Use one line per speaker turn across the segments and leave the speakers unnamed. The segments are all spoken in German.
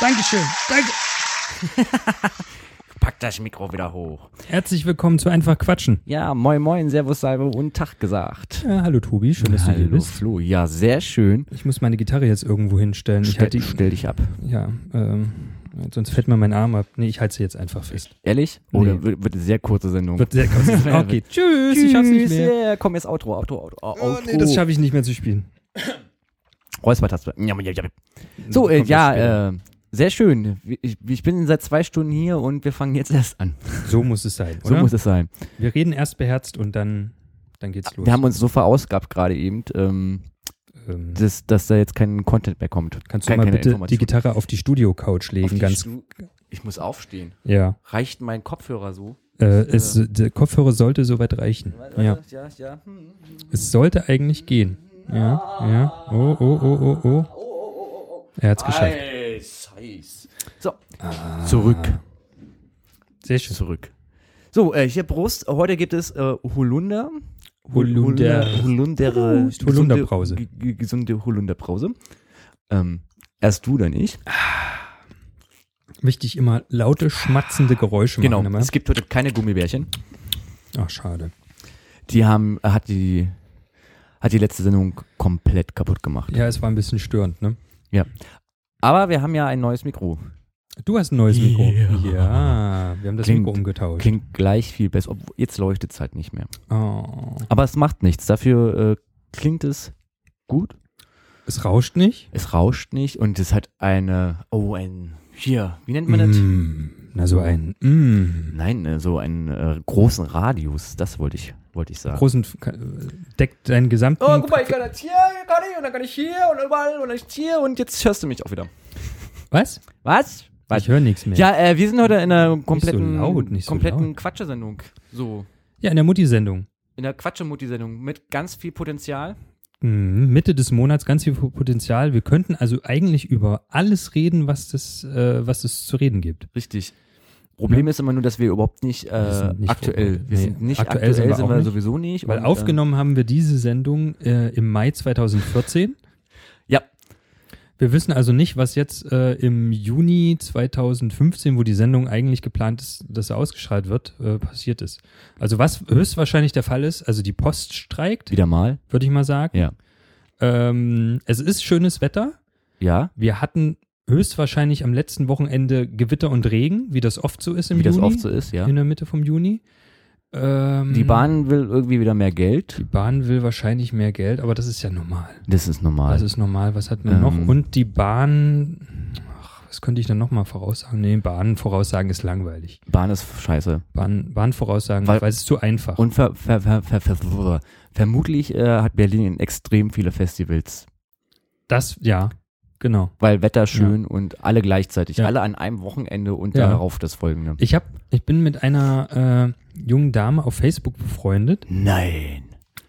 Dankeschön. Danke.
Pack das Mikro wieder hoch.
Herzlich willkommen zu Einfach Quatschen.
Ja, moin moin, servus, salve und Tag gesagt.
Ja, hallo Tobi, schön, dass du hier
Hallo
bist.
Flo, ja, sehr schön.
Ich muss meine Gitarre jetzt irgendwo hinstellen. Ich
Stell,
halte die,
stell dich ab.
ja, ähm, sonst fällt mir mein Arm ab. Nee, ich halte sie jetzt einfach fest.
Ehrlich? Oder
Nee.
wird, wird eine sehr kurze Sendung.
Wird sehr kurz. Okay, tschüss, ich schaff's nicht mehr.
yeah, komm, jetzt Outro, Outro, Outro.
Oh, nee, das schaffe ich nicht mehr zu spielen.
Räuspertaste. Njam, njam, njam. So, äh,
kommt das
ja,
später.
äh, sehr schön. Ich, ich bin seit zwei Stunden hier und wir fangen jetzt erst an.
äh, So muss es sein,
So
oder?
muss es sein.
Wir reden erst beherzt und dann, dann geht's los.
Wir haben uns so verausgabt gerade eben, ähm,
ähm,
dass, dass da jetzt kein Content mehr kommt.
kannst du
Kein-
mal
keine
bitte die
Information.
Gitarre auf die Studio-Couch
Auf
legen?
die
Ganz,
Stu- Ich muss aufstehen.
ja.
Reicht mein Kopfhörer so?
Äh, es, der Kopfhörer sollte soweit reichen. Ja.
ja, ja. Hm.
Es sollte eigentlich gehen. Ja, ja. Oh, oh, oh, oh, oh. Er hat's geschafft. Ah.
Eis, Eis. So, zurück,
Sehr schön.
zurück. So, äh, hier Brust. Heute gibt es äh, Holunder.
Holunder. Oh,
Holundere.
Prost. Holunderbrause.
Gesunde, ge- gesunde Holunderbrause. Ähm, erst du, dann ich.
Wichtig immer laute, schmatzende Geräusche
Genau.
machen. ne,
Es gibt heute keine Gummibärchen.
Ach, schade.
Die haben, äh, hat die, hat die letzte Sendung komplett kaputt gemacht.
Ja, es war ein bisschen störend, ne?
Aber wir haben ja ein neues Mikro.
Du hast ein neues Mikro.
Yeah.
Ja, wir haben das
Klingt-
Mikro umgetauscht.
Klingt gleich viel besser. Obwohl, jetzt leuchtet es halt nicht mehr.
Oh.
Aber es macht nichts. Dafür äh, klingt es gut.
Es rauscht nicht?
Es rauscht nicht und es hat eine, oh, ein, hier, wie nennt man das?
Mm. Na, so ein mm.
Nein, äh, so einen äh, großen Radius, das wollte ich, wollte ich sagen.
großen, F- ka- deckt deinen gesamten.
oh, guck mal, ich kann jetzt hier, hier kann ich und dann kann ich hier und überall und dann ich hier und jetzt hörst du mich auch wieder.
Was?
Was? Was?
Ich höre nichts mehr.
Ja, äh, wir sind heute in einer kompletten,
laut, nicht so
kompletten
laut.
Quatschesendung. So,
ja in der Mutti-Sendung.
in der Quatsche-Mutti-Sendung mit ganz viel Potenzial.
Mhm, Mitte des Monats ganz viel Potenzial. Wir könnten also eigentlich über alles reden, was es äh, was es zu reden gibt.
Richtig. Problem ist immer nur, dass wir überhaupt nicht, äh,
sind nicht
aktuell,
vorbereitet.
wir
Nee,
sind nicht
aktuell
aktuell,
sind wir
sind
auch
wir
nicht.
sowieso nicht.
Weil
und, äh,
aufgenommen haben wir diese Sendung äh, im Mai 2014.
Ja.
Wir wissen also nicht, was jetzt äh, im Juni 2015, wo die Sendung eigentlich geplant ist, dass sie ausgestrahlt wird, äh, passiert ist. Also was höchstwahrscheinlich der Fall ist, also die Post streikt,
Wieder mal.
würde ich mal sagen.
Ja.
Ähm, es ist schönes Wetter.
Ja.
Wir hatten höchstwahrscheinlich am letzten Wochenende Gewitter und Regen, wie das oft so ist im
Wie das
Juni,
oft so ist, ja.
in der Mitte vom Juni. Ähm,
Die Bahn will irgendwie wieder mehr Geld.
Die Bahn will wahrscheinlich mehr Geld, aber das ist ja normal.
Das ist normal.
Das ist normal. Was hat man
Ähm.
noch? Und die Bahn, ach, was könnte ich dann nochmal voraussagen? Nee, Bahnvoraussagen ist langweilig.
Bahn ist scheiße.
Bahn, Bahnvoraussagen,
Weil-
weil es ist zu einfach.
Und ver, ver, ver, ver, ver, ver, vermutlich äh, hat Berlin extrem viele Festivals.
das, ja, genau.
Weil Wetter schön und alle gleichzeitig.
Ja.
Alle an einem Wochenende und
Ja.
darauf das folgende.
Ich hab, ich bin mit einer äh, jungen Dame auf Facebook befreundet.
Nein.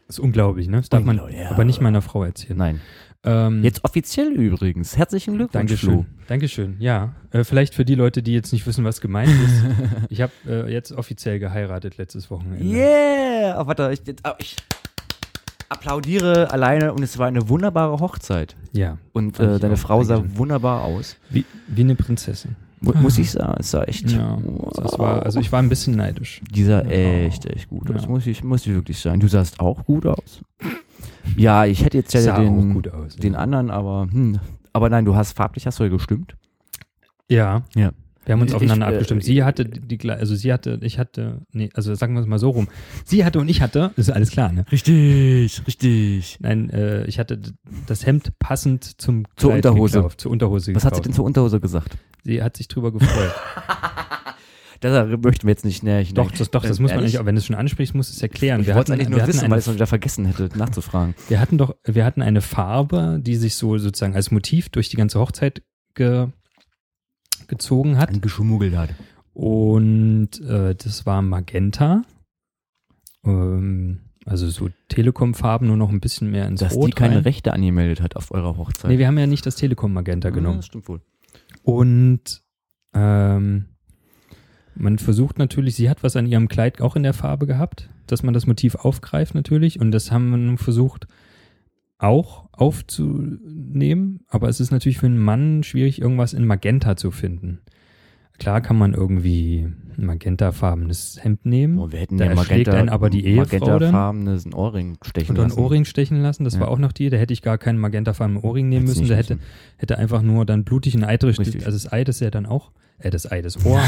ist unglaublich, ne? Das darf man
Unglaublich, ja.
aber nicht meiner Frau erzählen.
Nein.
Ähm,
Jetzt offiziell übrigens. Herzlichen Glückwunsch,
Dankeschön.
Flo.
Dankeschön. Ja, äh, vielleicht für die Leute, die jetzt nicht wissen, was gemeint ist. Ich habe äh, jetzt offiziell geheiratet letztes Wochenende.
Yeah! Oh, warte, ich, jetzt- ah, ich applaudiere alleine und es war eine wunderbare Hochzeit.
Ja,
Und
Fand
äh,
ich
deine
auch.
Frau sah
Dankeschön.
wunderbar aus.
wie, wie eine Prinzessin.
Mu- Muss ich sagen, es sah echt.
Ja,
wow.
das war, also ich war ein bisschen neidisch.
Die sah
Ja.
echt, echt gut aus.
Ja.
Muss, ich, muss ich wirklich sagen. Du sahst auch gut aus. Ja, ich hätte jetzt ja
Sah
den,
auch gut aus.
den anderen, aber hm. Aber nein, du hast farblich hast du ja gestimmt.
ja.
Ja.
Wir haben uns
Ich-
aufeinander
ich, äh,
abgestimmt. Sie hatte die gle- also sie hatte, ich hatte, nee, also sagen wir es mal so rum. Sie hatte und ich hatte, ist alles klar, ne?
Richtig, richtig.
Nein, äh, ich hatte d- das Hemd passend zum
Zur
Kleid
Unterhose.
Gekauft, zur Unterhose
Was hat sie
gekauft.
denn zur Unterhose gesagt?
Sie hat sich drüber gefreut.
Das
äh,
möchten wir jetzt nicht näher. hinein-
Doch, das, doch, das
Ähm,
muss man
ehrlich?
nicht, auch wenn du es schon ansprichst, musst du es erklären.
Ich wollte es
hatten-
eigentlich nur
wir hatten
wissen,
eine,
weil ich es schon wieder vergessen hätte, nachzufragen.
wir hatten doch, wir hatten eine Farbe, die sich so sozusagen als Motiv durch die ganze Hochzeit ge, gezogen hat.
Geschmuggelt hat.
Und äh, das war Magenta. Ähm, also so Telekom-Farben, nur noch ein bisschen mehr ins
Dass
Rot.
die keine
rein.
Rechte angemeldet hat auf eurer Hochzeit.
Nee, wir haben ja nicht das Telekom Magenta
Ja,
genommen.
das stimmt wohl.
Und ähm, man versucht natürlich, sie hat was an ihrem Kleid auch in der Farbe gehabt, dass man das Motiv aufgreift natürlich. Und das haben wir nun versucht, auch aufzunehmen, aber es ist natürlich für einen Mann schwierig, irgendwas in Magenta zu finden. Klar kann man irgendwie ein magentafarbenes Hemd nehmen.
Oh, wir hätten
Da
ja
erschlägt
Magenta,
einen aber die Ehefrau dann.
Magentafarbenes ein Ohrring stechen
und einen
lassen.
Ohrring stechen lassen, das
Ja.
war auch noch die. Da hätte ich gar keinen magentafarbenen Ohrring nehmen
Hättest
müssen.
nicht
Da hätte, hätte einfach nur dann blutig ein Ei drin. Also
Richtig.
das Ei, das ist ja dann auch. Äh, das Ei, das Ohr.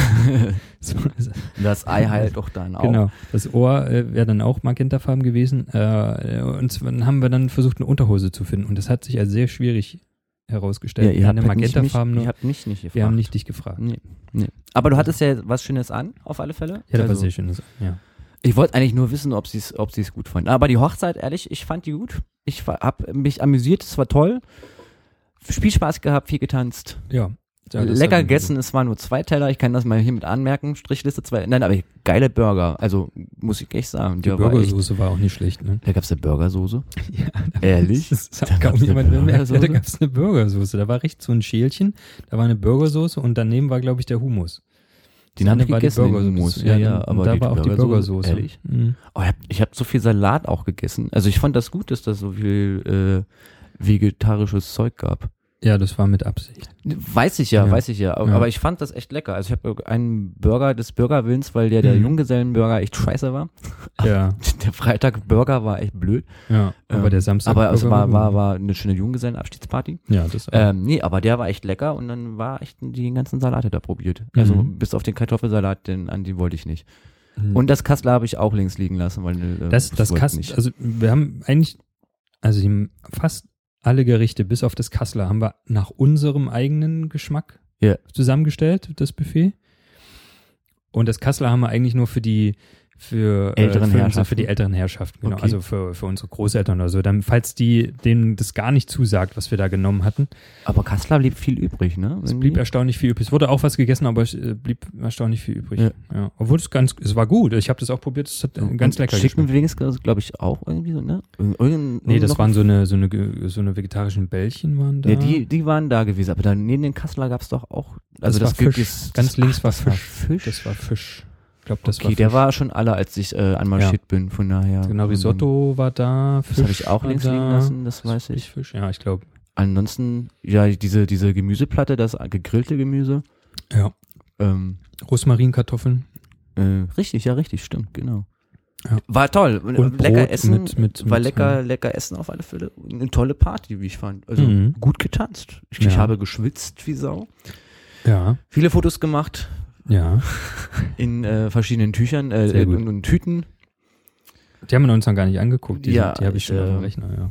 so, das,
Und Das Ei heilt doch dann auch.
genau. Das Ohr äh, wäre dann auch magentafarben gewesen. Äh, und zwar haben wir dann versucht, eine Unterhose zu finden. Und das hat sich als sehr schwierig
Ja,
herausgestellt.
ihr, habt
eine
halt nicht mich,
magentafarbene.
ihr habt mich nicht gefragt. Hm.
wir haben nicht dich gefragt.
nee, nee. Aber du hattest ja was Schönes an, auf alle Fälle.
Ja, das war
Also-
sehr schön. Das- Ja.
Ich wollte eigentlich nur wissen, ob sie es ob sie's gut fanden. Aber die Hochzeit, ehrlich, ich fand die gut. Ich habe mich amüsiert, es war toll. Viel Spaß gehabt, viel getanzt.
ja. Ja, das
Lecker
hat-
gegessen, es waren nur zwei Teller, ich kann das mal hiermit anmerken. Strichliste zwei. Nein, aber geile Burger. Also muss ich echt sagen.
Die
der war echt-
Burgersoße war auch nicht schlecht, ne?
Da gab's eine Burgersoße.
Ja,
Ehrlich?
Das hat kaum
gab's eine
jemand bemerkt. Ja, da
Burgersoße?
gab es eine Burgersoße. Da war rechts so ein Schälchen, da war eine Burgersoße und daneben war, glaube ich, der Humus.
Den
Das
hab
eine
ich
war die
gegessen, den
Burgersoße.
Hummus. Ja, ja,
und
aber
da
die
war auch die
Burgersoße,
Burgersoße.
ehrlich?
Mhm.
Oh, ich habe ich hab so viel Salat auch gegessen. Also ich fand das gut, dass das so viel äh, vegetarisches Zeug gab.
Ja, das war mit Absicht.
Weiß ich ja,
Ja.
weiß ich ja. Aber,
Ja.
aber ich fand das echt lecker. Also ich habe einen Burger des Burgerwillens, weil der, der
Mhm.
Junggesellenburger echt scheiße war.
Ja,
Der Freitag-Burger war echt blöd.
ja. Aber
Ähm,
der Samstag.
aber es war,
gut.
war, war eine schöne Junggesellenabschiedsparty.
Ja, das auch.
Ähm, nee, aber der war echt lecker und dann war echt die ganzen Salate da probiert. Also
Mhm.
bis auf den Kartoffelsalat, den an die wollte ich nicht. Und das Kassler habe ich auch links liegen lassen, weil äh,
das, das
wollte
Kass,
nicht.
also wir haben eigentlich, also die, fast alle Gerichte, bis auf das Kassler, haben wir nach unserem eigenen Geschmack
Ja.
zusammengestellt, das Buffet. Und das Kassler haben wir eigentlich nur für die für, äh,
Älteren
für, unsere-
Herrschaften.
für die älteren Herrschaften, genau.
Okay.
Also für, für unsere Großeltern oder so. Dann, falls die denen das gar nicht zusagt, was wir da genommen hatten.
Aber Kassler blieb viel übrig, ne?
Es
Irgendwie.
blieb erstaunlich viel übrig. Es wurde auch was gegessen, aber es äh, blieb erstaunlich viel übrig.
Ja.
Ja. Obwohl es ganz, es war gut. Ich habe das auch probiert, es hat äh, ganz
Und
lecker
Chicken Wings, glaube ich, auch irgendwie so, ne? Irgendein,
Nee, das
noch-
waren so eine, so eine, ge- so eine vegetarischen Bällchen waren da.
Ja, die, die waren da gewesen, aber dann neben den Kassler gab es doch auch. Also
Das
das,
war Fisch.
gibt es.
Ganz
das,
links war
das war
Fisch.
Fisch.
das war Fisch. Ich glaube, das
okay,
war Fisch.
der war schon alle, als ich äh, anmarschiert
Ja.
bin, von daher.
genau, Risotto war da. Fisch
Das habe ich auch
war
links
da.
liegen lassen, das weiß ich.
Fisch, ja, ich glaube.
Ansonsten, ja, diese, diese Gemüseplatte, das gegrillte Gemüse.
Ja.
Ähm,
Rosmarinkartoffeln
äh, richtig, ja, richtig, stimmt, genau.
Ja.
War toll.
und
lecker
Brot
essen.
mit, mit,
war
mit
lecker, lecker Essen auf alle Fälle. Eine tolle Party, wie ich fand. Also
Mhm.
gut getanzt. Ich, ich
Ja.
habe geschwitzt wie Sau.
Ja,
Viele Fotos gemacht
ja.
in äh, verschiedenen Tüchern äh,
Sehr gut.
und, und Tüten.
Die haben wir uns noch gar nicht angeguckt. Die, sind-
Ja,
die habe ich
ich,
schon auf dem
äh,
Rechner, ja.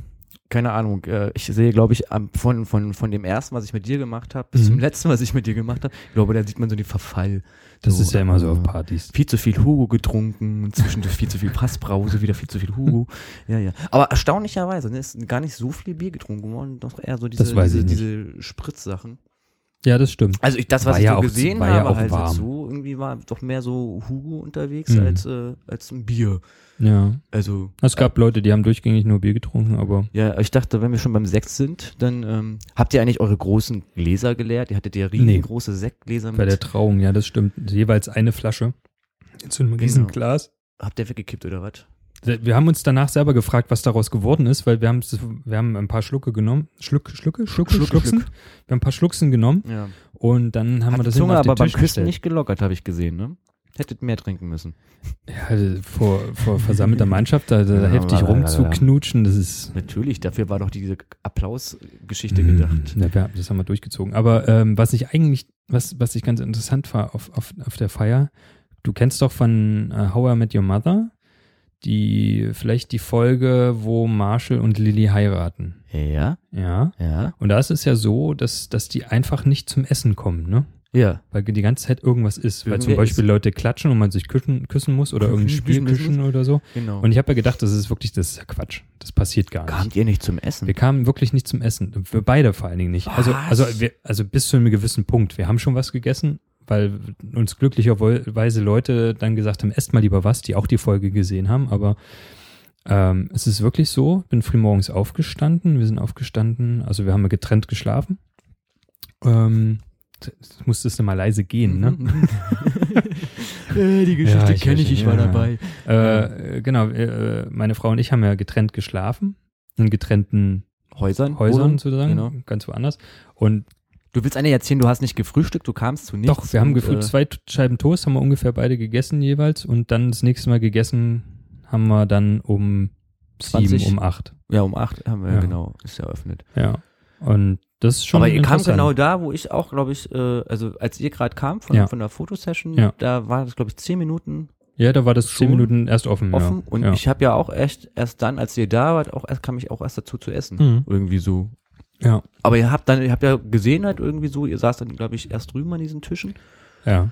Keine Ahnung. Äh, ich sehe, glaube ich, am- von, von, von dem ersten, was ich mit dir gemacht habe, bis
Mhm.
zum letzten, was ich mit dir gemacht habe, ich glaube, da sieht man so den Verfall.
Das
so,
ist ja immer so auf
äh,
Partys.
Viel zu viel Hugo getrunken, zwischendurch viel zu viel Passbrause, wieder viel zu viel Hugo. Ja, ja. Aber erstaunlicherweise ne, ist gar nicht so viel Bier getrunken worden, doch eher so diese,
Das weiß
diese,
ich
diese Spritzsachen.
Ja, das stimmt.
Also ich, das, was
War
ich
ja
so
auch-
gesehen
war ja
habe,
auch
halt
warm.
so, irgendwie war doch mehr so Hugo unterwegs
Mhm.
als, äh, als ein Bier.
Ja.
Also,
Es gab Leute, die haben durchgängig nur Bier getrunken, aber
ja, ich dachte, wenn wir schon beim Sekt sind, dann ähm, habt ihr eigentlich eure großen Gläser geleert? Ihr hattet ja riesengroße Sektgläser
bei der
mit.
Trauung, ja, das stimmt. Jeweils eine Flasche. Zu einem riesen
Genau.
Glas.
Habt ihr weggekippt oder was?
Wir haben uns danach selber gefragt, was daraus geworden ist, weil wir haben, wir haben ein paar Schlucke genommen. Schluck, Schlucke? Schlucke,
Schlucke,
Schlucksen? Wir haben ein paar Schlucksen genommen
Ja.
und dann haben
Hat
wir
die
das
Zunge
hinten
aber
auf den
beim
Tisch
Küssen
gestellt.
nicht gelockert, habe ich gesehen, ne? Hättet mehr trinken müssen.
Ja, also vor, vor versammelter Mannschaft, da, da
Ja,
heftig
aber-
rumzuknutschen, das ist...
Natürlich, dafür war doch diese Applausgeschichte gedacht.
Ja, wir haben- das haben wir durchgezogen. Aber ähm, was ich eigentlich, was, was ich ganz interessant war auf, auf, auf der Feier, du kennst doch von äh, How I Met Your Mother, die vielleicht die Folge, wo Marshall und Lily heiraten.
Ja,
Ja.
ja.
Und da ist es ja so, dass, dass die einfach nicht zum Essen kommen, ne?
Ja.
Weil die ganze Zeit irgendwas ist. Weil zum
Irgendwer
Beispiel Leute klatschen und man sich küssen, küssen muss oder irgendein Spiel
Küssen, küssen
küssen oder so.
Genau.
Und ich habe ja gedacht, das ist wirklich, das ist ja Quatsch. Das passiert gar nicht.
kamt ihr nicht zum Essen?
Wir kamen wirklich nicht zum Essen. Wir beide vor allen Dingen nicht. Also,
Was?
also, wir, also bis zu einem gewissen Punkt. Wir haben schon was gegessen, weil uns glücklicherweise Leute dann gesagt haben, esst mal lieber was, die auch die Folge gesehen haben. Aber ähm, es ist wirklich so, bin frühmorgens aufgestanden. Wir sind aufgestanden, also wir haben getrennt geschlafen. Ähm, das- das musstest du mal leise gehen, ne?
Mhm. Äh, Die
Ja,
Geschichte
ich
kenne
weiß
ich, ich
schon,
war
ja.
dabei.
Äh, genau, äh, meine Frau und ich haben ja getrennt geschlafen, in getrennten
Häusern.
Häusern
Wohnungen.
sozusagen,
Genau.
ganz woanders. Und
Du willst einer erzählen, du hast nicht gefrühstückt, du kamst zu nichts.
doch, wir haben
und, äh,
gefühlt zwei T- Scheiben Toast, haben wir ungefähr beide gegessen jeweils und dann das nächste Mal gegessen haben wir dann um
20.
sieben, um acht.
Äh, ja, um acht haben wir,
Ja.
genau, ist ja eröffnet.
Ja. Und das ist schon
Aber ihr kam
interessant.
genau da, wo ich auch, glaube ich, äh, also als ihr gerade kam von,
Ja.
von der Fotosession,
Ja.
da war das, glaube ich, zehn Minuten
Ja, da war das
genau schon
zehn Minuten erst offen.
offen
ja.
und
ja.
ich habe ja auch echt erst dann, als ihr da wart, auch erst kam ich auch erst dazu zu essen.
Mhm.
Irgendwie so.
Ja,
Aber ihr habt dann, ihr habt ja gesehen halt irgendwie so, ihr saßt dann, glaube ich, erst drüben an diesen Tischen
ja.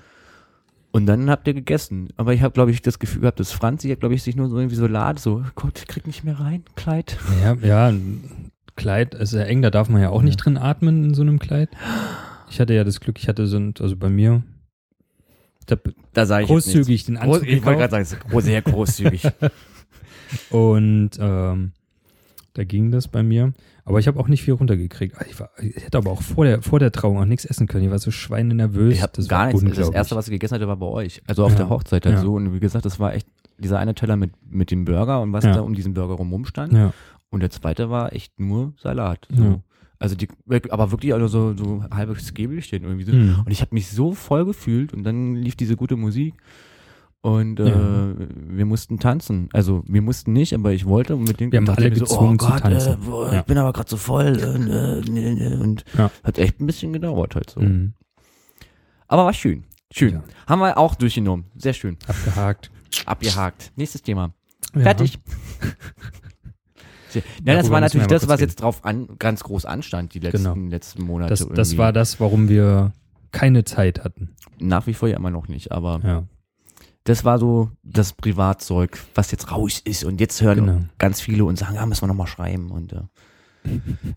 und dann habt ihr gegessen. Aber ich habe, glaube ich, das Gefühl gehabt, dass Franzi ja, glaube ich, sich nur so irgendwie so lad, so, oh Gott, ich krieg nicht mehr rein, Kleid.
Ja, ja, ein Kleid ist ja eng, da darf man ja auch nicht drin atmen in so einem Kleid. Ich hatte ja das Glück, ich hatte so ein, also bei mir, ich hab
Da sage
großzügig den Anzug gekauft
sagen, es ist sehr großzügig.
und ähm, da ging das bei mir. Aber ich habe auch nicht viel runtergekriegt. Also Ich, war, ich hätte aber auch vor der, vor der Trauung auch nichts essen können. Ich war so schweinenervös.
Ich habe
das
gar
war
nichts. Das
unglaublich.
erste, was ich gegessen hatte, war bei euch. Also auf
Ja.
der Hochzeit halt
Ja.
so. Und wie gesagt, das war echt dieser eine Teller mit, mit dem Burger und was
Ja.
da um diesen Burger rum rumstand.
Ja,
Und der zweite war echt nur Salat. So.
Ja.
Also die, aber wirklich auch nur so, so halbe Skebelchen irgendwie so.
Mhm.
Und ich habe mich so voll gefühlt und dann lief diese gute Musik. Und äh,
Ja.
wir mussten tanzen. Also wir mussten nicht, aber ich wollte unbedingt.
Wir haben
und dachte
alle
mir
gezwungen zu tanzen.
Äh, boah,
Ja.
Ich bin aber gerade so voll. Und, äh, und
Ja.
hat echt ein bisschen gedauert halt so.
Mhm.
Aber war schön. Schön.
Ja.
Haben wir auch durchgenommen. Sehr schön.
abgehakt.
Abgehakt. Nächstes Thema.
Ja.
Fertig. Sehr-
Darüber
Nein, das war
müssen wir
natürlich
mal
das,
kurz
was
reden.
jetzt drauf an, ganz groß anstand, die letzten,
Genau.
letzten Monate.
Das, das
Also irgendwie.
war das, warum wir keine Zeit hatten.
Nach wie vor ja immer noch nicht, aber
Ja,
das war so das Privatzeug, was jetzt raus ist und jetzt hören
Genau.
ganz viele und sagen, ah, müssen wir nochmal schreiben und äh,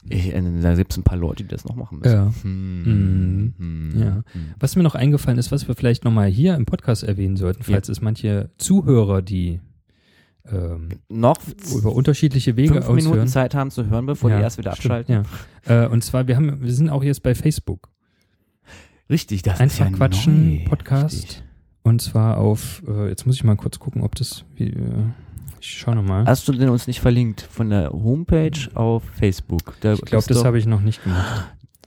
ich, äh, da gibt es ein paar Leute, die das noch machen müssen.
ja.
Hm,
Mhm.
hm,
Ja.
hm.
Was mir noch eingefallen ist, was wir vielleicht nochmal hier im Podcast erwähnen sollten, falls es manche Zuhörer, die ähm,
Noch
über unterschiedliche Wege
fünf
aushören.
Minuten Zeit haben zu hören, bevor
Ja,
die erst wieder
stimmt,
abschalten.
Ja. Äh, und zwar, wir, haben, wir sind auch jetzt bei Facebook.
Richtig, das ist
Einfach
ja
quatschen,
neu.
Podcast.
Richtig.
Und zwar auf, äh, jetzt muss ich mal kurz gucken, ob das, wie, äh, ich schau nochmal.
Hast du denn uns nicht verlinkt von der Homepage auf Facebook? Da
ich glaube,
Also, ist
das
doch-
habe ich noch nicht gemacht.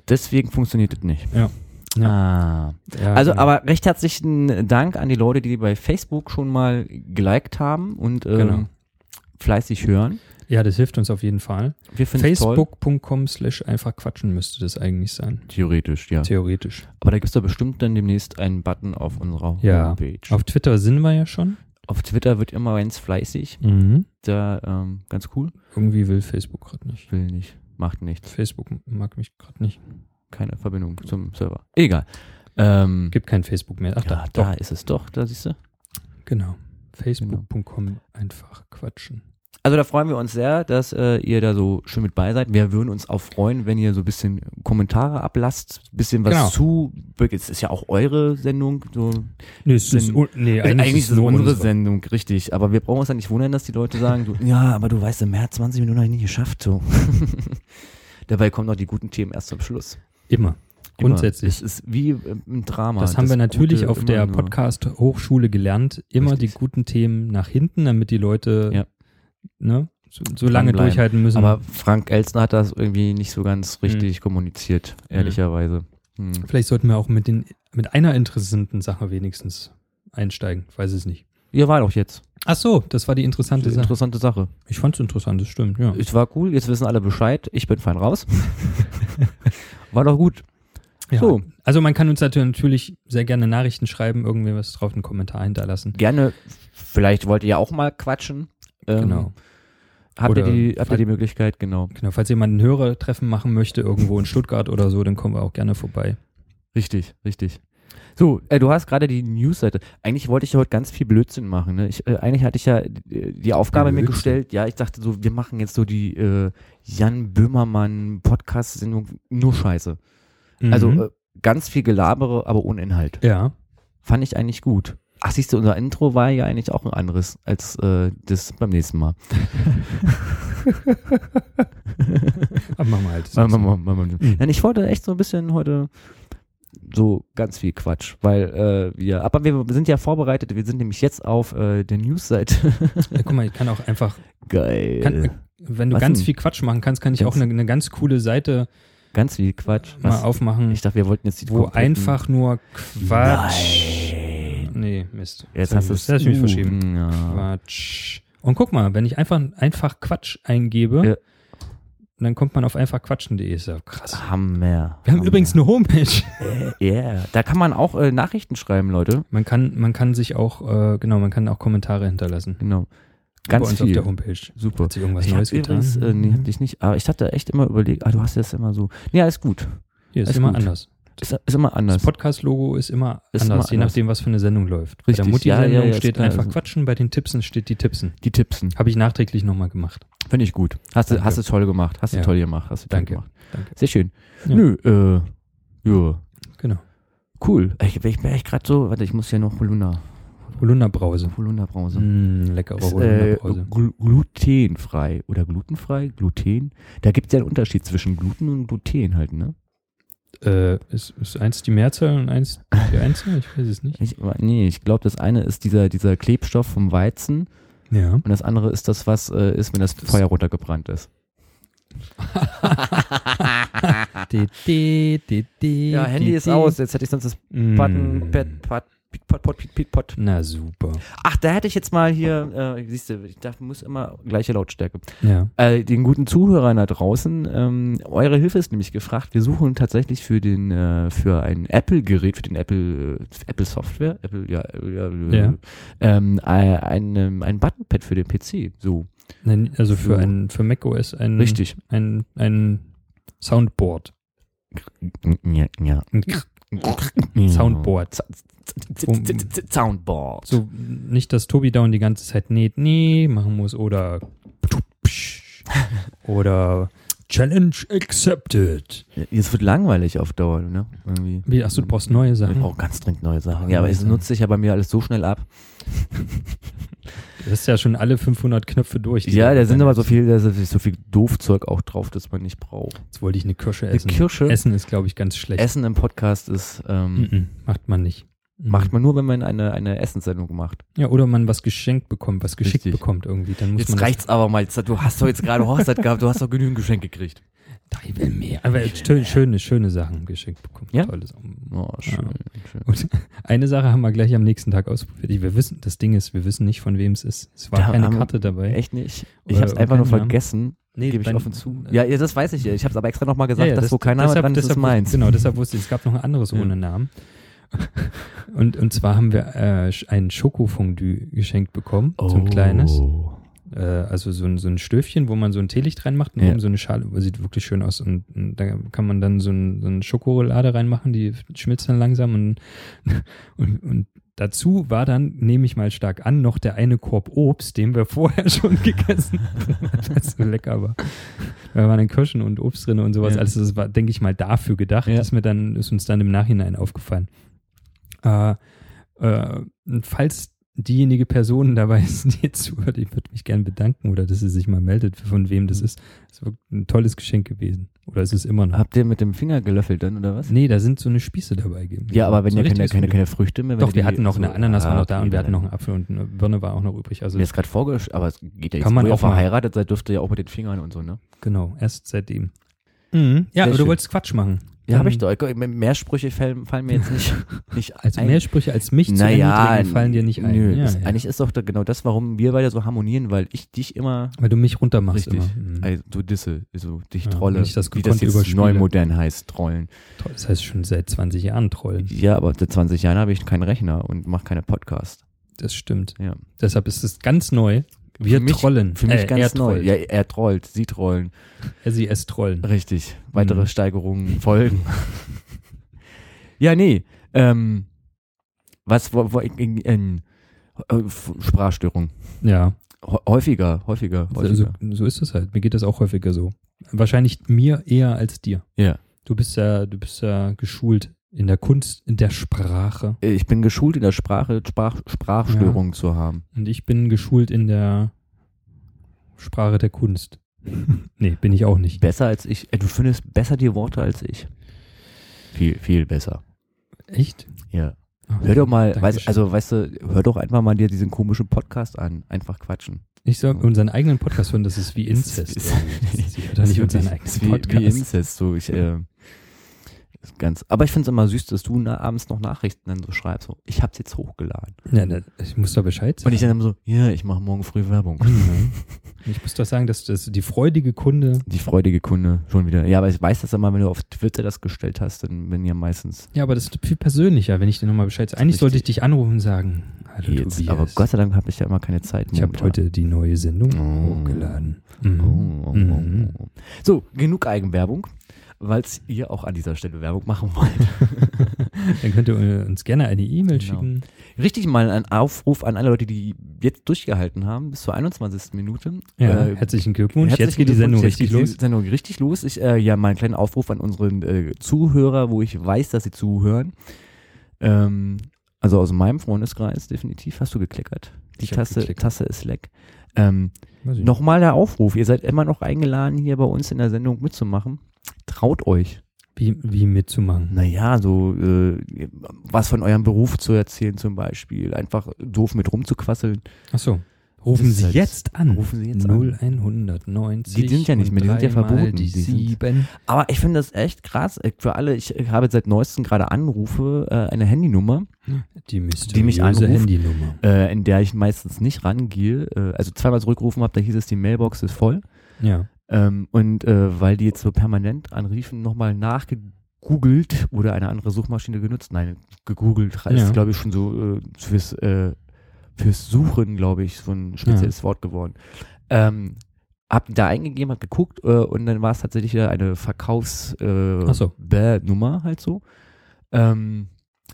deswegen funktioniert das nicht.
Ja.
Ah.
Ja,
Also,
genau.
aber recht herzlichen Dank an die Leute, die bei Facebook schon mal geliked haben und ähm,
Genau.
fleißig hören.
Ja, das hilft uns auf jeden Fall.
Wir finden es toll.
Facebook.com slash einfach quatschen müsste das eigentlich sein.
Theoretisch, ja.
Theoretisch.
Aber da gibt es doch bestimmt dann demnächst einen Button auf unserer
Ja.
Homepage. Auf,
Auf Twitter sind wir ja schon.
Twitter wird immer ganz fleißig. Da, ähm, ganz cool.
Irgendwie will Facebook gerade nicht.
Will nicht. Macht nichts.
Facebook mag mich gerade nicht.
Keine Verbindung zum Server. Egal. Ähm,
Gibt kein Facebook mehr. Ach,
ja,
da,
da ist es doch, da siehst du.
doch. Genau. Facebook.com einfach quatschen.
Also da freuen wir uns sehr, dass äh, ihr da so schön mit bei seid. Wir würden uns auch freuen, wenn ihr so ein bisschen Kommentare ablasst, bisschen was
Genau.
zu. Es ist ja auch eure Sendung. So.
Nee, es
Sind-
un- nee
ist es unsere Sendung, richtig. Aber wir brauchen uns ja nicht wundern, dass die Leute sagen, so, ja, aber du weißt, im März 20 Minuten habe ich nicht geschafft. So. Dabei kommen noch die guten Themen erst zum Schluss.
Immer.
Immer.
Grundsätzlich.
Es ist wie im Drama.
das haben wir natürlich
Gute
auf der
immer nur-
Podcast-Hochschule gelernt. Immer
Richtig.
die guten Themen nach hinten, damit die Leute
Ja.
ne, so, so lange
Dranbleiben.
durchhalten müssen.
Aber Frank Elstner hat das irgendwie nicht so ganz
Mhm.
richtig kommuniziert, ehrlicherweise. Hm.
Vielleicht sollten wir auch mit, den, mit einer interessanten Sache wenigstens einsteigen. Ich weiß es nicht.
Ihr war doch jetzt.
Ach so, das war die interessante Sache.
Interessante Sache.
Ich fand es interessant, das stimmt, ja.
Es war cool, jetzt wissen alle Bescheid. Ich bin fein raus. war doch gut.
ja.
So.
Also man kann uns natür- natürlich sehr gerne Nachrichten schreiben, irgendwie was drauf, einen Kommentar hinterlassen.
Gerne, vielleicht wollt ihr ja auch mal quatschen. Ähm,
Genau.
Habt ihr,
Oder
die, habt ihr die
vielleicht-
Möglichkeit, genau.
Genau, falls jemand ein Hörertreffen machen möchte, irgendwo in Stuttgart oder so, dann kommen wir auch gerne vorbei.
Richtig, richtig. So, äh, du hast gerade die Newsseite. Eigentlich wollte ich ja heute ganz viel Blödsinn machen. Ne? Ich, äh, eigentlich hatte ich ja äh, die Aufgabe mir
Blödsinn?
gestellt. Ja, ich dachte so, wir machen jetzt so die äh, Jan Böhmermann Podcast-Sendung nur Scheiße.
Mhm.
Also äh, ganz viel Gelabere, aber ohne Inhalt.
ja,
fand ich eigentlich gut. Ach, siehst du, unser Intro war ja eigentlich auch ein anderes als äh, das beim nächsten Mal.
aber machen wir halt.
Mal- mal- mal- mal- mal- Nein, ich wollte echt so ein bisschen heute so ganz viel Quatsch, weil äh, wir, aber wir sind ja vorbereitet, wir sind nämlich jetzt auf äh, der News-Seite.
Ja, guck mal, ich kann auch einfach,
Geil.
kann, wenn du
Was
ganz
denn?
viel Quatsch machen kannst, kann ich
Ganz-
auch eine, eine ganz coole Seite
Ganz viel Quatsch.
mal aufmachen,
Ich dachte, wir wollten jetzt die
wo
kompletten-
einfach nur Quatsch.
Nein.
Nee, Mist.
Jetzt
hab
hast Uh.
ich-
du
das hab
es.
ich mich verschrieben.
Ja.
Quatsch. Und guck mal, wenn ich einfach, einfach Quatsch eingebe,
Ja.
dann kommt man auf einfachquatschen.de. Ist ja krass.
Ah, Hammer.
Wir haben
Hammer. Äh,
übrigens eine Homepage.
Yeah. Da kann man auch äh, Nachrichten schreiben, Leute.
Man kann, man kann sich auch, äh, genau, man kann auch Kommentare hinterlassen.
Genau.
Bei
Ganz
uns auf
viel.
der Homepage.
Super.
Hat sich irgendwas
ich
Neues
hab
getan? Mhm.
übrigens, äh, nee, hab dich nicht, aber ich hatte echt immer überlegt, ah, du hast das immer so. Ja, ist gut.
Hier ist,
ist
immer
gut.
anders.
Ist, ist immer
Das
anders.
Podcast-Logo ist immer
Ist
anders,
immer
je
anders.
nachdem, was für eine Sendung läuft. Bei der
Richtig,
Mutti-Sendung
ja, ja, ja,
steht
ist
einfach
klar.
Quatschen, bei den Tippsen steht die Tippsen.
Die Tippsen.
Habe ich nachträglich nochmal gemacht.
Finde ich gut. Hast du,
Danke.
hast du toll gemacht. Hast du
Ja.
toll gemacht. Hast du toll
Danke.
gemacht.
Danke.
Sehr schön.
Ja.
Nö, äh, ja.
Genau.
Cool. Ich, ich bin echt gerade so, warte, ich muss ja noch Holunder,
Holunderbrause.
Holunderbrause.
Mm, leckere
Ist, äh,
Holunderbrause.
glu- glutenfrei oder glutenfrei, Gluten. Da gibt es ja einen Unterschied zwischen Gluten und Gluten halt, ne?
Äh, ist, ist eins die Mehrzahl und eins die Einzahl? Ich weiß es nicht.
Ich, nee, ich glaube, das eine ist dieser, dieser Klebstoff vom Weizen
Ja.
und das andere ist das, was äh, ist, wenn das,
Das-
Feuer runtergebrannt ist.
De, de, de, de, de, de.
Jetzt hätte ich sonst das
Mm.
Hm. Pat, Pit, Pot, Pot, Pit, Pit, Pot.
Na super.
Ach, da hätte ich jetzt mal hier, äh, siehst du, ich dachte, muss immer gleiche Lautstärke.
Ja.
Äh, den guten Zuhörern da draußen, ähm, eure Hilfe ist nämlich gefragt. Wir suchen tatsächlich für den, äh, für ein Apple-Gerät, für den Apple, äh, Apple Software, Apple, ja, äh, ja,
Ja.
ja. Ähm, äh, ein, ähm, ein Buttonpad für den PC. So,
Nein, also für
So.
ein für macOS ein
richtig.
ein ein Soundboard.
Ja, ja.
Ein Soundboard.
Z- z- z- z- z- Soundboard.
So nicht, dass Tobi Down die ganze Zeit nee, nee machen muss oder oder Challenge accepted.
Es wird langweilig auf Dauer, ne? Irgendwie.
Wie, achso, du brauchst neue
Ich
Sachen.
brauche ganz dringend neue Sachen.
Neue
Ja, aber es
Sachen.
nutzt sich ja bei mir alles so schnell ab.
Das ist ja schon alle 500 Knöpfe durch. die
Ja,
du
da sind
dann
aber
hast.
so viel, da ist so viel Doofzeug auch drauf, das man nicht braucht.
Jetzt wollte ich eine Kirsche
Eine
essen.
Kirsche,
Essen ist, glaube ich, ganz schlecht.
Essen im Podcast ist, ähm,
Mhm, macht man nicht. Mhm.
macht man nur, wenn man eine, eine Essenssendung macht.
Ja, oder man was geschenkt bekommt, was geschickt
Richtig.
bekommt irgendwie. Dann muss man
Jetzt
das-
reicht's aber mal. Du hast doch jetzt gerade Hochzeit gehabt, du hast doch genügend Geschenk gekriegt.
Da, ich will mehr. Aber schön, schöne, schöne Sachen geschenkt bekommen.
Ja?
Tolle Sachen.
Oh, schön, schön.
Und eine Sache haben wir gleich am nächsten Tag ausprobiert. Ich- Wir wissen, das Ding ist, wir wissen nicht, von wem es ist. Es war
Da
keine
haben wir-
Karte dabei.
Echt nicht.
Oder
Ich hab's einfach
keinen
nur
Namen.
vergessen.
Nee,
Gebe ich
dann-
offen zu. Ja, ja, das weiß ich äh, ja. Ich hab's aber extra nochmal gesagt, dass wo kein Name
deshalb-
dran ist, ist
deshalb wus-
meins.
Genau, deshalb wusste ich, es gab noch ein anderes
Ja.
ohne Namen. Und, und zwar haben wir äh, sch- ein Schokofondue geschenkt bekommen,
genau.
so
Oh.
ein kleines. Äh, also so ein, so ein Stöfchen, wo man so ein Teelicht reinmacht und
Ja.
oben so eine Schale, sieht wirklich schön aus. Und, und da kann man dann so, ein, so eine Schokorolade reinmachen, die schmilzt dann langsam. Und, und, und dazu war dann, nehme ich mal stark an, noch der eine Korb Obst, den wir vorher schon gegessen haben, das so lecker war. Da waren dann Kirschen und Obst drin und sowas.
Ja.
Also das war, denke ich mal, dafür gedacht.
Ja.
Ist mir dann, ist uns dann im Nachhinein aufgefallen. Äh, äh, und falls diejenige Person dabei ist, die jetzt zuhört, ich würde mich gerne bedanken oder dass sie sich mal meldet, von wem
Mhm.
das ist. Es ist wirklich ein tolles Geschenk gewesen. Oder es ist immer noch.
Habt ihr mit dem Finger gelöffelt dann, oder was?
Nee, da sind so eine Spieße dabei gewesen.
Ja, aber wenn
so
ihr keine,
richtiges
keine,
Frühstück.
keine Früchte mehr wenn
Doch,
ihr
wir
die-
hatten noch eine
so,
Ananas war
ah,
noch da und
okay,
wir hatten
dann-
noch einen Apfel und eine Birne war auch noch übrig. Also
Mir ist gerade vorgestellt, aber es geht ja
Kann man
wo
auch
ihr
machen.
verheiratet seid, dürft ihr ja auch mit den Fingern und so, ne?
genau, erst seitdem. Mhm. Ja,
Sehr
aber du
schön.
wolltest Quatsch machen.
Ja, habe
Dann-
ich doch. Mehr Sprüche fallen, fallen mir jetzt nicht, nicht
Also
ein.
mehr Sprüche als mich zu Ende
naja,
bringen, fallen dir nicht ein.
Nö,
ja,
das,
ja.
Eigentlich ist doch da genau das, warum wir beide so harmonieren, weil ich dich immer
Weil du mich runtermachst
richtig,
immer. Mhm.
also so disse, so dich
Ja,
trolle,
wenn ich das
wie das
gekonnt
jetzt
überspiele.
neu modern heißt, trollen.
Toll, Das heißt schon seit 20 Jahren trollen.
Ja, aber seit 20 Jahren habe ich keinen Rechner und mache keine Podcast.
Das stimmt.
Ja.
Deshalb ist es ganz neu. Wir
Für mich-
trollen.
Für mich
Äh,
ganz
er
neu.
trollt.
Ja, er trollt, sie trollen.
Er, sie, es trollen.
Richtig. Weitere
Mhm.
Steigerungen folgen. ja, nee. Ähm, was, wo, wo, in, in, äh, F- Sprachstörung.
Ja,
Hä- Häufiger, häufiger, häufiger.
also, so ist es halt. Mir geht das auch häufiger so. Wahrscheinlich mir eher als dir.
Ja.
Du bist ja, du bist ja geschult in der Kunst, in der Sprache.
äh, ich bin geschult in der Sprache, Sprach, Sprachstörungen zu haben.
Und ich bin geschult in der Sprache der Kunst. nee, bin ich auch nicht.
Besser als ich. Äh, du findest besser die Worte als ich. Viel, viel besser.
Echt?
Ja. Hör doch mal,
Dankeschön.
weißt, also weißt du, hör doch einfach mal dir diesen komischen Podcast an. Einfach quatschen.
Ich soll unseren eigenen Podcast hören, das ist wie Inzest.
Das ist-
Sie hört doch nicht unseren
ist
eigenen
wie, wie
Podcast.
Inzest. So, ich, äh, ist ganz, aber ich finde es immer süß, dass du na, abends noch Nachrichten dann so schreibst. So, ich hab's jetzt hochgeladen.
Ja, na, ich muss doch Bescheid
Und
sagen.
ich dann immer so, ja, ich mache morgen früh Werbung.
Ich muss doch sagen, dass, dass die freudige Kunde.
Die freudige Kunde schon wieder. Ja, aber ich weiß das immer, wenn du auf Twitter das gestellt hast, dann bin ja meistens
Ja, aber das ist viel persönlicher, wenn ich dir nochmal Bescheid sage. Eigentlich sollte ich dich anrufen und sagen, hallo
jetzt.
Tobias.
Äh, Aber Gott sei Dank habe ich ja immer keine Zeit.
ich habe
momentan.
heute die neue Sendung
Oh.
hochgeladen.
Oh,
Mhm.
oh,
Mhm.
oh, oh. So, genug Eigenwerbung, weil ihr auch an dieser Stelle Werbung machen wollt.
Dann könnt ihr äh, uns gerne eine E-Mail
Genau.
schicken.
Richtig mal ein Aufruf an alle Leute, die jetzt durchgehalten haben, bis zur 21. Minute.
Ja,
Äh,
herzlichen Glückwunsch.
herzlichen
Jetzt geht die
Glückwunsch,
Sendung
jetzt
richtig
geht die
los.
Sendung richtig los. Ich, äh, ja, mal einen kleinen Aufruf an unseren äh, Zuhörer, wo ich weiß, dass sie zuhören. Ähm, also aus meinem Freundeskreis, definitiv. Hast du gekleckert? Die
Ich hab
Tasse,
gekleckert.
Tasse ist leck. Ähm,
Weiß ich nicht.
Nochmal der Aufruf. Ihr seid immer noch eingeladen, hier bei uns in der Sendung mitzumachen. Traut euch.
Wie, wie mitzumachen.
Naja, so äh, was von eurem Beruf zu erzählen zum Beispiel. Einfach doof mit rumzuquasseln.
Ach so. Rufen
Das ist
Sie
halt-
jetzt an.
Rufen Sie jetzt an.
0190.
Die sind ja nicht mehr, die sind ja
dreimal
verboten.
Die
Die sind-
sieben.
Aber ich finde das echt krass. äh, Für alle, ich habe jetzt seit neuestem gerade Anrufe, äh, eine Handynummer,
Die mysteriöse
Die mich anruft.
Handynummer.
äh, in der ich meistens nicht rangehe. Äh, also zweimal zurückgerufen habe, da hieß es, die Mailbox ist voll.
Ja.
Ähm, und äh, weil die jetzt so permanent anriefen, nochmal nachgegoogelt oder eine andere Suchmaschine genutzt. Nein, gegoogelt heißt,
Ja.
glaube ich, schon so äh, fürs, äh, fürs Suchen, glaube ich, so ein spezielles Wort geworden. Ähm, hab da eingegeben, hab geguckt äh, und dann war es tatsächlich wieder eine Verkaufs äh,
Ach so.
Bäh Nummer halt so. Ähm,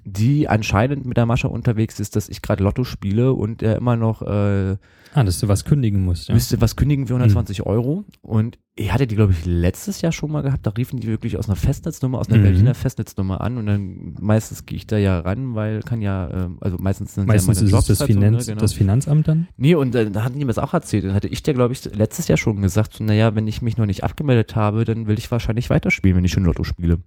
die anscheinend mit der Masche unterwegs ist, dass ich gerade Lotto spiele und er immer noch äh,
Ah, dass du was kündigen musst. Ja. Mhm.
müsste was kündigen für 120 Euro. Und ich hatte die, glaube ich, letztes Jahr schon mal gehabt. Da riefen die wirklich aus einer Festnetznummer, aus einer
Mhm.
Berliner Festnetznummer an. Und dann meistens gehe ich da ja ran, weil kann ja, ähm, also meistens sind
Meistens
ja
ist
meine
es
Jobs
das,
halt so,
Finanz,
ne, genau.
das Finanzamt dann.
Nee, und äh, da hatten die mir das auch erzählt. Dann hatte ich dir, glaube ich, letztes Jahr schon gesagt, so, naja, wenn ich mich noch nicht abgemeldet habe, dann will ich wahrscheinlich weiterspielen, wenn ich schon Lotto spiele.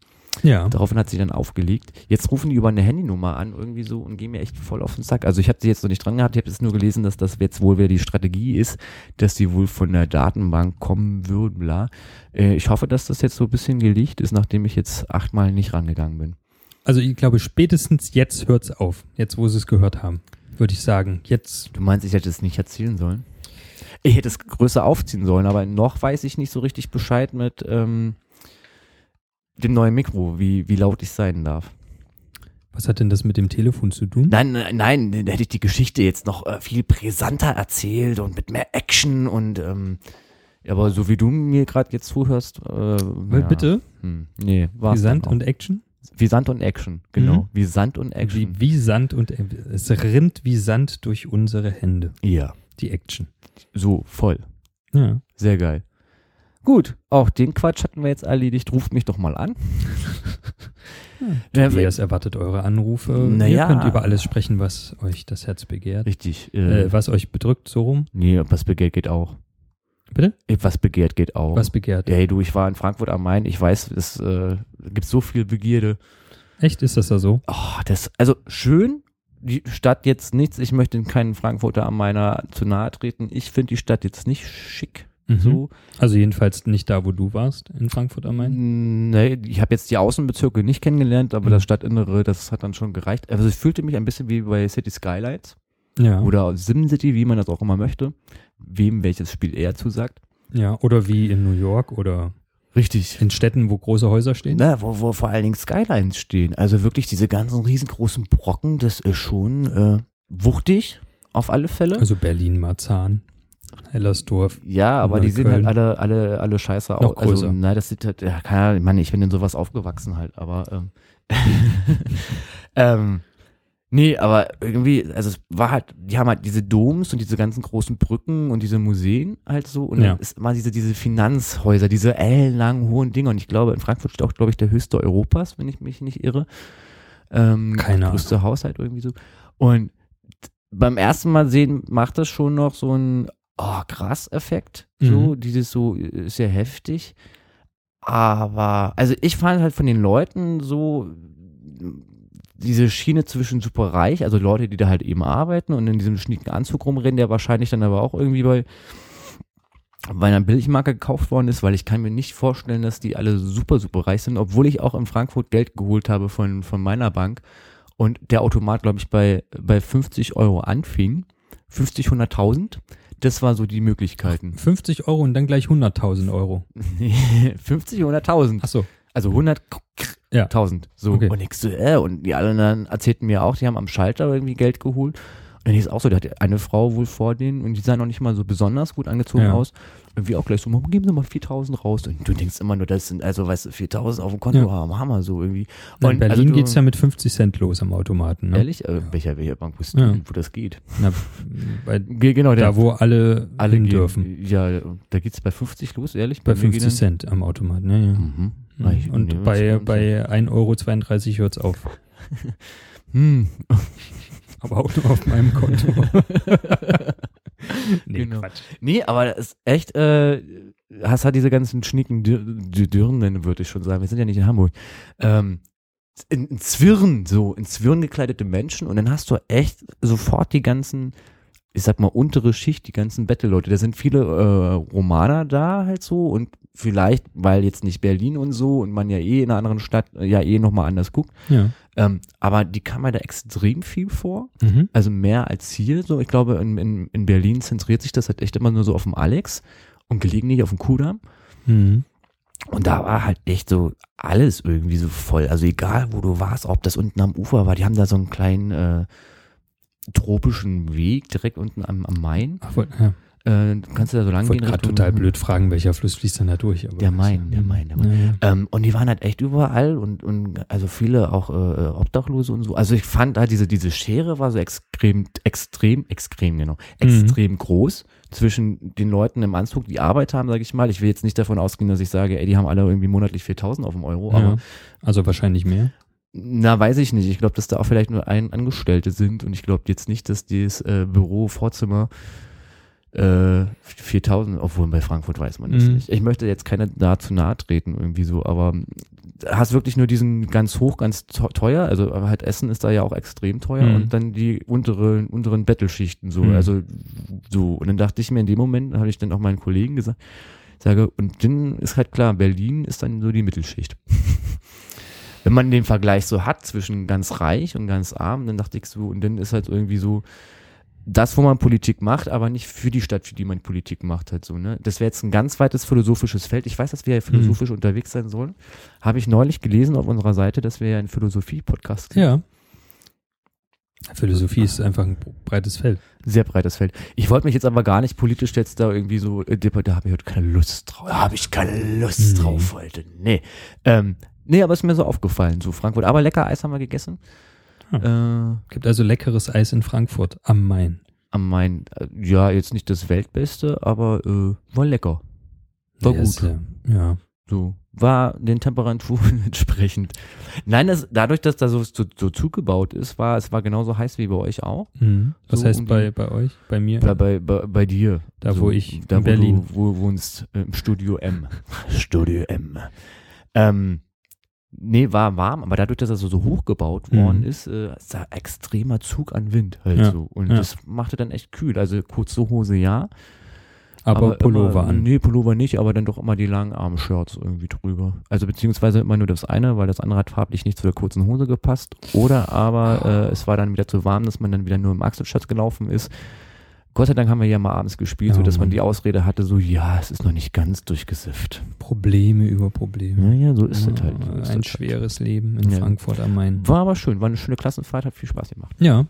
Ja.
Daraufhin hat sie dann aufgelegt. Jetzt rufen die über eine Handynummer an, irgendwie so, und gehen mir echt voll auf den Sack. Also ich habe sie jetzt noch nicht dran gehabt, ich habe jetzt nur gelesen, dass das jetzt wohl wieder die Strategie ist, dass die wohl von der Datenbank kommen würden, bla. Äh, ich hoffe, dass das jetzt so ein bisschen gelegt ist, nachdem ich jetzt achtmal nicht rangegangen bin.
Also ich glaube, spätestens jetzt hört es auf. Jetzt, wo sie es gehört haben, würde ich sagen. Jetzt.
Du meinst, ich hätte es nicht erzählen sollen? Ich hätte es größer aufziehen sollen, aber noch weiß ich nicht so richtig Bescheid mit ähm, dem neuen Mikro, wie, wie laut ich sein darf.
Was hat denn das mit dem Telefon zu tun?
Nein, nein, nein, ne, da hätte ich die Geschichte jetzt noch äh, viel brisanter erzählt und mit mehr Action und ähm, aber so wie du mir gerade jetzt zuhörst, äh,
Weil
ja,
Halt Bitte,
Hm, nee, war
wie Sand und Action?
wie Sand und Action, genau,
Mhm.
wie Sand und Action.
Wie, wie Sand und es rinnt wie Sand durch unsere Hände.
Ja,
Die Action.
so voll,
Ja.
sehr geil. Gut, auch den Quatsch hatten wir jetzt erledigt. Ruft mich doch mal an.
Hm.
Wer-
Tobias erwartet eure Anrufe.
Naja.
Ihr könnt über alles sprechen, was euch das Herz begehrt.
Richtig. Äh,
Äh, was euch bedrückt, so rum.
nee, was begehrt geht auch.
Bitte?
Äh, Was begehrt geht auch.
Was begehrt.
Ey, du, ich war in Frankfurt am Main. Ich weiß, es äh, gibt so viel Begierde.
Echt, ist das da so?
Oh, das, also schön, die Stadt jetzt nichts. Ich möchte keinen Frankfurter am Mainer zu nahe treten. Ich finde die Stadt jetzt nicht schick.
Mhm.
So.
Also jedenfalls nicht da, wo du warst, in Frankfurt am Main.
Mm, Nee, ich habe jetzt die Außenbezirke nicht kennengelernt, aber
Mhm.
das Stadtinnere, das hat dann schon gereicht. Also ich fühlte mich ein bisschen wie bei City Skylights
Ja.
oder SimCity, wie man das auch immer möchte. Wem welches Spiel eher zusagt.
ja. Oder wie in New York oder
Richtig. Ne?
in Städten, wo große Häuser stehen.
Na, wo, wo vor allen Dingen Skylines stehen. Also wirklich diese ganzen riesengroßen Brocken, das ist schon äh, wuchtig auf alle Fälle.
Also Berlin, Marzahn, Hellersdorf.
Ja, aber die sehen halt
Neukölln.
alle, alle, alle scheiße aus.
Noch
Also,
größer.
nein, das sieht halt, ja, keine Ahnung, ich meine, ich bin in sowas aufgewachsen halt, aber, ähm, ähm, nee, aber irgendwie, also es war halt, die haben halt diese Doms und diese ganzen großen Brücken und diese Museen halt so und
Ja.
dann ist immer diese, diese Finanzhäuser, diese ellenlangen, hohen Dinger und ich glaube, in Frankfurt steht auch, glaube ich, der höchste Europas, wenn ich mich nicht irre. Ähm,
Keine Ahnung.
größte Haushalt irgendwie so. Und beim ersten Mal sehen macht das schon noch so einen oh, krass Effekt. So, dieses so äh, ist ja heftig. Aber, also ich fand halt von den Leuten so, diese Schiene zwischen superreich, also Leute, die da halt eben arbeiten und in diesem schnieken Anzug rumrennen, der wahrscheinlich dann aber auch irgendwie bei bei einer Billigmarke gekauft worden ist, weil ich kann mir nicht vorstellen, dass die alle super, super reich sind, obwohl ich auch in Frankfurt Geld geholt habe von, von meiner Bank und der Automat, glaube ich, bei, bei 50 Euro anfing. 50, 100.000, das war so die Möglichkeiten.
50 Euro und dann gleich 100.000 Euro.
50, 100.000.
Ach so.
Also 100
Ja.
1000. So.
Okay.
Und ich so, äh, und die anderen erzählten mir auch, die haben am Schalter irgendwie Geld geholt. Und dann ist auch so, da hat eine Frau wohl vor denen und die sah noch nicht mal so besonders gut angezogen
Ja.
aus. Irgendwie auch gleich so, Mom, geben Sie mal 4000 raus. Und du denkst immer nur, das sind, also weißt du, 4000 auf dem Konto,
Ja.
ja. Hammer so irgendwie.
Na, In
Und also
Berlin
du-
geht's ja mit 50 Cent los am Automaten. Ne?
Ehrlich? Äh, welcher, welcher Bank bist du,
Ja.
wo das geht?
Na, bei,
Ge genau, der,
da, wo alle,
alle
hin
gehen-
dürfen.
Ja, da geht's bei 50 los, ehrlich?
Bei
mir geht
50
dann-
Cent am Automaten, ja, ja.
Mhm. Ah, ich-
Mhm. Und
nee,
bei,
das-
bei 1,32 Euro hört's auf.
Hm,
Aber auch nur auf meinem Konto. nee,
Genau.
Quatsch.
Nee, aber das ist echt, äh, hast halt diese ganzen schnicken Dür- Dür- Dürren, würde ich schon sagen. Wir sind ja nicht in Hamburg. Ähm, in, in Zwirren, so, in Zwirren gekleidete Menschen und dann hast du echt sofort die ganzen, ich sag mal, untere Schicht, die ganzen Bettelleute. Da sind viele äh, Romaner da halt so und vielleicht, weil jetzt nicht Berlin und so und man ja eh in einer anderen Stadt äh, ja eh nochmal anders guckt.
Ja.
Ähm, aber die kam mir da extrem viel vor.
Mhm.
Also mehr als hier. So, ich glaube, in, in, in Berlin zentriert sich das halt echt immer nur so auf dem Alex und gelegentlich auf dem Kudamm.
Mhm.
Und da war halt echt so alles irgendwie so voll. Also egal, wo du warst, ob das unten am Ufer war, die haben da so einen kleinen äh, tropischen Weg direkt unten am, am Main.
Ach, wollt- ja.
Äh, du kannst du da so lang
Ich wollte
gehen.
gerade
Richtung-
total blöd fragen, welcher Fluss fließt denn da durch? Aber
Der Main, der Main, der Main.
Ja, ja.
Ähm, und die waren halt echt überall und, und also viele auch äh, Obdachlose und so. Also ich fand halt diese, diese Schere war so extrem, extrem, extrem, genau, extrem groß zwischen den Leuten im Anzug, die Arbeit haben, sage ich mal. Ich will jetzt nicht davon ausgehen, dass ich sage, ey, die haben alle irgendwie monatlich 4000 auf dem Euro, Oh, aber
ja. Also wahrscheinlich mehr.
na, weiß ich nicht. Ich glaube, dass da auch vielleicht nur ein Angestellte sind und ich glaube jetzt nicht, dass dieses äh, Büro, Vorzimmer äh, 4000, obwohl bei Frankfurt weiß man das
Mhm.
nicht. Ich möchte jetzt keine dazu nahe treten irgendwie so, aber da hast wirklich nur diesen ganz hoch, ganz to- teuer, also aber halt Essen ist da ja auch extrem teuer
Mhm.
und dann die unteren, unteren Bettelschichten so,
Mhm.
also so. Und dann dachte ich mir in dem Moment, habe ich dann auch meinen Kollegen gesagt, sage, und dann ist halt klar, Berlin ist dann so die Mittelschicht. Wenn man den Vergleich so hat zwischen ganz reich und ganz arm, dann dachte ich so, und dann ist halt irgendwie so das, wo man Politik macht, aber nicht für die Stadt, für die man Politik macht, halt so, ne? Das wäre jetzt ein ganz weites philosophisches Feld. Ich weiß, dass wir ja philosophisch unterwegs sein sollen. Habe ich neulich gelesen auf unserer Seite, dass wir ja ein Philosophie-Podcast sind.
Ja. Philosophie ist einfach ein breites Feld.
Sehr breites Feld. Ich wollte mich jetzt aber gar nicht politisch jetzt da irgendwie so, äh, depper- da habe ich heute keine Lust drauf. Da habe ich keine Lust
Nee.
drauf heute. Nee. Ähm, nee, aber ist mir so aufgefallen, so Frankfurt. Aber lecker Eis haben wir gegessen.
Hm.
Äh,
Gibt also leckeres Eis in Frankfurt am Main.
am Main, äh, ja, jetzt nicht das Weltbeste, aber äh, war lecker. War
Ja,
gut.
ist Ja, ja.
So. War den Temperaturen entsprechend. Nein, das, dadurch, dass da so, so, so zugebaut ist, war es war genauso heiß wie bei euch auch.
Mhm. Was
So
heißt
um
bei,
die-
bei euch? Bei mir?
Bei, bei, bei, bei dir.
Da, wo ich
da,
in
wo
Berlin.
Du, wo du wohnst, äh, im Studio M. Studio M. Ähm, nee, war warm, aber dadurch, dass er so, so hochgebaut
Mhm.
worden ist, äh, ist da extremer Zug an Wind halt
Ja,
so. Und
ja.
das machte dann echt kühl. Also kurze Hose ja.
aber, Pullover
immer,
an.
Nee, Pullover nicht, aber dann doch immer die langen Arm-Shirts irgendwie drüber. Also beziehungsweise immer nur das eine, weil das andere hat farblich nicht zu der kurzen Hose gepasst. Oder aber äh, es war dann wieder zu warm, dass man dann wieder nur im Achselschatz gelaufen ist. Gott sei Dank haben wir ja mal abends gespielt,
Ja,
so dass man
Mann.
die Ausrede hatte, so ja, es ist noch nicht ganz durchgesifft.
Probleme über Probleme.
Ja, ja, so ist es
Ja,
halt. So ist
ein
das halt.
schweres Leben in
Ja.
Frankfurt am Main.
War aber schön, war eine schöne Klassenfahrt, hat viel Spaß gemacht.
Ja.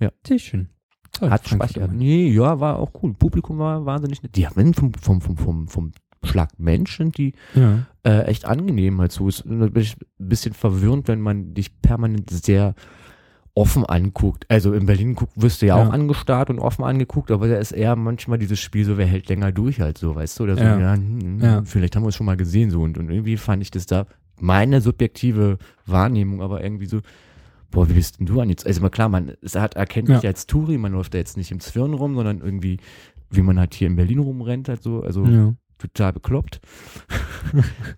Ja.
Sehr schön. Toll,
hat
Frankfurt
Spaß
am
gemacht.
Main.
Nee, ja, war auch cool. Publikum war wahnsinnig nett. Die haben vom, vom, vom, vom, vom Schlag Mensch sind die
Ja.
äh, echt angenehm halt so. Ist natürlich ein bisschen verwirrend, wenn man dich permanent sehr offen anguckt. Also in Berlin guck, wirst du ja,
Ja.
auch angestarrt und offen angeguckt, aber da ist eher manchmal dieses Spiel so, wer hält länger durch halt so, weißt du? Oder so,
Ja.
ja, hm,
Ja.
vielleicht haben wir es schon mal gesehen so und, und irgendwie fand ich das da meine subjektive Wahrnehmung, aber irgendwie so, boah, wie bist denn du an jetzt? Also mal klar, man es hat, erkennt
Ja.
mich als Touri, man läuft da jetzt nicht im Zwirn rum, sondern irgendwie, wie man halt hier in Berlin rumrennt halt so, also
ja.
total bekloppt.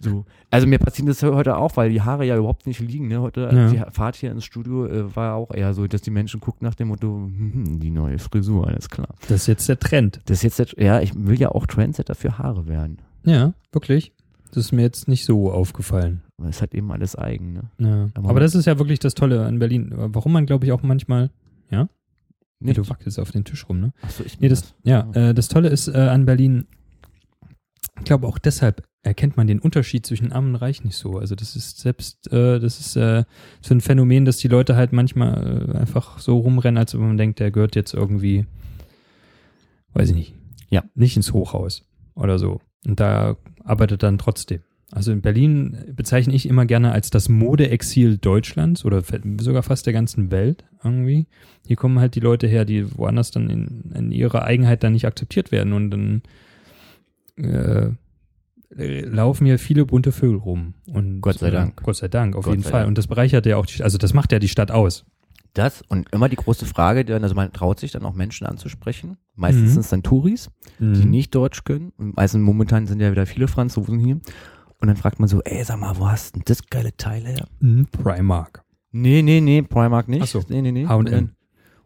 so. Also mir passiert das heute auch, weil die Haare ja überhaupt nicht liegen. Ne? Heute
Ja.
die Fahrt hier ins Studio äh, war auch eher so, dass die Menschen gucken nach dem Motto, hm, die neue Frisur, alles klar.
Das ist jetzt der Trend.
Das ist jetzt, der- ja, ich will ja auch Trendsetter für Haare werden.
Ja, wirklich. Das ist mir jetzt nicht so aufgefallen.
Aber Es hat eben alles eigen, ne?
Ja.
Aber-
Aber, das ist ja wirklich das Tolle an Berlin. Warum man, glaube ich, auch manchmal. Ja? Nee,
Nicht.
du wackelst auf den Tisch rum, ne?
Achso, ich
Nee, das, ja, äh, das Tolle ist äh, an Berlin, ich glaube auch deshalb erkennt man den Unterschied zwischen Arm und Reich nicht so. Also das ist selbst, äh, das ist äh, so ein Phänomen, dass die Leute halt manchmal äh, einfach so rumrennen, als ob man denkt, der gehört jetzt irgendwie, weiß ich nicht,
Ja.
nicht ins Hochhaus oder so. Und da arbeitet dann trotzdem. Also in Berlin bezeichne ich immer gerne als das Modeexil Deutschlands oder fe- sogar fast der ganzen Welt irgendwie. Hier kommen halt die Leute her, die woanders dann in, in ihrer Eigenheit dann nicht akzeptiert werden und dann äh, äh, laufen hier viele bunte Vögel rum. Und,
Gott sei
äh,
Dank.
Gott sei Dank, auf
Gott
jeden
sei
Fall.
Dank.
Und das bereichert ja auch, die, also das macht ja die Stadt aus.
Das und immer die große Frage, die- also man traut sich dann auch Menschen anzusprechen.
Mhm.
Meistens sind es dann Touris, die nicht Deutsch können. Und meistens momentan sind ja wieder viele Franzosen hier. Und dann fragt man so, ey, sag mal, wo hast denn das geile Teil her?
Mhm. Primark.
Nee, nee, nee, Primark nicht.
Ach so,
Nee, nee, nee.
H&M.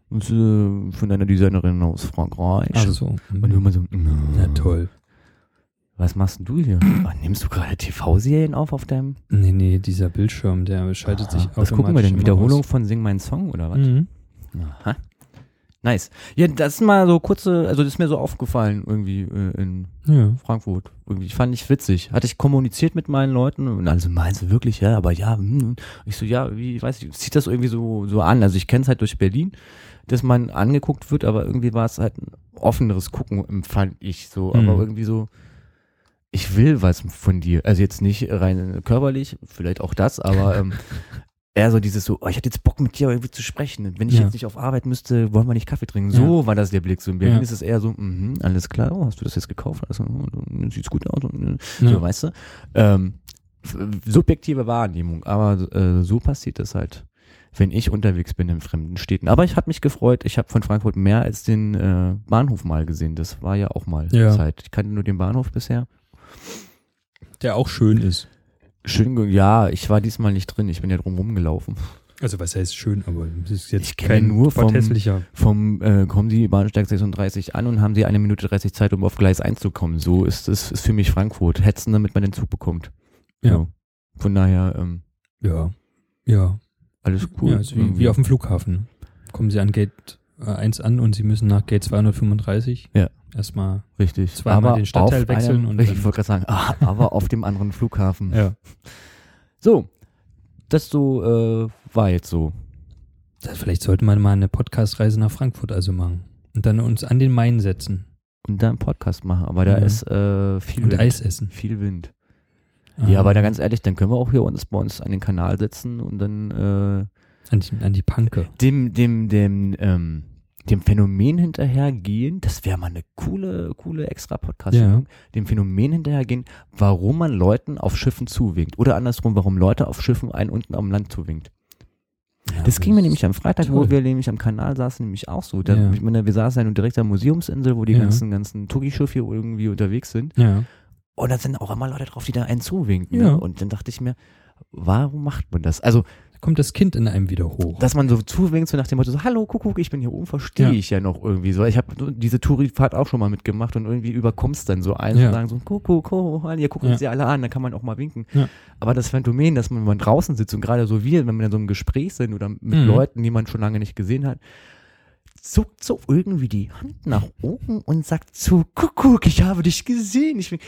Und äh, von einer Designerin aus Frankreich.
Also so.
Und
Mhm.
immer so,
Na
na,
toll. Hm.
was machst denn du hier? Ah, nimmst du gerade TV-Serien auf auf deinem?
Nee, nee, dieser Bildschirm, der schaltet sich
was gucken wir denn?
immer
Wiederholung von Sing meinen Song oder
aus.
was?
Mhm.
Aha. Nice. Ja, das ist mal so kurze, also das ist mir so aufgefallen irgendwie äh, in
Ja.
Frankfurt. Irgendwie ich fand ich witzig. Hatte ich kommuniziert mit meinen Leuten und also meinst du wirklich, ja, aber ja, hm. ich so, ja, wie, weiß ich, zieht das irgendwie so, so an. Also ich kenne es halt durch Berlin, dass man angeguckt wird, aber irgendwie war es halt ein offeneres Gucken, empfand ich so.
Mhm.
Aber irgendwie so, ich will was von dir. Also jetzt nicht rein körperlich, vielleicht auch das, aber ähm, eher so dieses so, oh, ich hätte jetzt Bock mit dir irgendwie zu sprechen. Und Wenn ich
Ja.
jetzt nicht auf Arbeit müsste, wollen wir nicht Kaffee trinken. So war das der Blick. So in Berlin
Ja.
ist es eher so, mhm, alles klar, oh, hast du das jetzt gekauft? Also, mm, sieht's gut aus. Und, äh,
Ja.
So, weißt du? Ähm, f- subjektive Wahrnehmung, aber äh, so passiert das halt, wenn ich unterwegs bin in fremden Städten. Aber ich habe mich gefreut, ich habe von Frankfurt mehr als den äh, Bahnhof mal gesehen. Das war ja auch mal
Ja.
Zeit. Ich kannte nur den Bahnhof bisher.
Der auch schön ist.
Schön, ge- ja, ich war diesmal nicht drin, ich bin ja drum rumgelaufen.
Also was heißt schön, aber es ist
Ich
jetzt
kenne nur vom-
hässlicher.
Vom äh, kommen Sie Bahnsteig 36 an und haben Sie eine Minute 30 Zeit, um auf Gleis 1 zu kommen. So ist es ist für mich Frankfurt. Hetzen, damit man den Zug bekommt.
Ja.
So. Von daher ähm,
Ja. Ja. Mhm.
alles cool.
ja ist wie, wie auf dem Flughafen. Kommen Sie an Gate äh, 1 an und Sie müssen nach Gate 235
Ja.
erstmal.
richtig.
zweimal den Stadtteil
auf
wechseln
einem,
und
ich
dann-
wollte gerade sagen, ah, aber auf dem anderen Flughafen.
Ja.
So, das so äh, war jetzt so.
Das, vielleicht sollten wir mal eine Podcast-Reise nach Frankfurt also machen. Und dann uns an den Main setzen
Und da einen Podcast machen, aber da
Ja.
ist äh, viel
und
Wind.
Eis Ah. essen.
Viel Wind. Ja, aber da ganz ehrlich, dann können wir auch hier uns bei uns an den Kanal setzen und dann äh,
an die, an die Panke.
dem, dem, dem, ähm, dem Phänomen hinterhergehen, das wäre mal eine coole, coole extra podcast
Ja.
dem Phänomen hinterhergehen, warum man Leuten auf Schiffen zuwinkt. Oder andersrum, warum Leute auf Schiffen einen unten am Land zuwinkt.
Ja,
Das ging mir nämlich am Freitag, wo
toll.
wir nämlich am Kanal saßen, nämlich auch so. Da,
Ja.
ich meine, wir saßen ja nun direkt am Museumsinsel, wo die
Ja.
ganzen, ganzen Togi-Schiffe irgendwie unterwegs sind.
Ja.
Und da sind auch immer Leute drauf, die da einen zuwinken.
Ja.
Ne? Und dann dachte ich mir, warum macht man das? Also
Da kommt das Kind in einem wieder hoch.
dass man so zuwinkt, so nach dem Motto, so, hallo, Kuckuck, ich bin hier oben, verstehe
Ja.
ich ja noch irgendwie so. Ich habe diese Touri-Fahrt auch schon mal mitgemacht und irgendwie überkommst dann so einen
Ja.
und sagen so, Kuckuck, oh, hallo, ihr guckt uns ja alle an, dann kann man auch mal winken.
Ja.
Aber das Phänomen, dass man, wenn man draußen sitzt und gerade so wir, wenn wir in so einem Gespräch sind oder mit
Mhm.
Leuten, die man schon lange nicht gesehen hat, zuckt so irgendwie die Hand nach oben und sagt so, Kuckuck, ich habe dich gesehen, ich bin...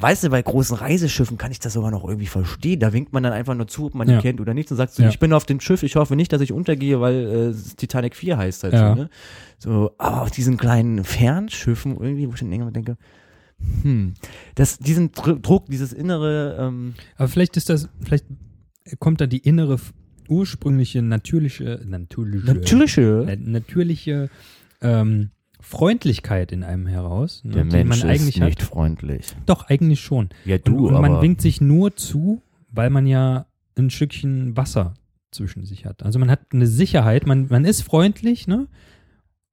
Weißt du, bei großen Reiseschiffen kann ich das sogar noch irgendwie verstehen. Da winkt man dann einfach nur zu, ob man ihn
Ja.
kennt oder nicht und sagt so,
Ja.
ich bin auf dem Schiff, ich hoffe nicht, dass ich untergehe, weil äh, es Titanic 4 heißt halt
Ja.
so, ne? So, aber auf diesen kleinen Fernschiffen irgendwie, wo ich dann irgendwann denke, hm, das, diesen Dr Druck, dieses innere, ähm,
Aber vielleicht ist das, vielleicht kommt da die innere, f- ursprüngliche, natürliche, natürliche, na-
natürliche,
natürliche ähm, Freundlichkeit in einem heraus, ne,
freundlich.
hat. Doch, eigentlich schon.
Ja,
Und,
du,
und
aber
man winkt sich nur zu, weil man ja ein Stückchen Wasser zwischen sich hat. Also man hat eine Sicherheit, man, man ist freundlich, ne?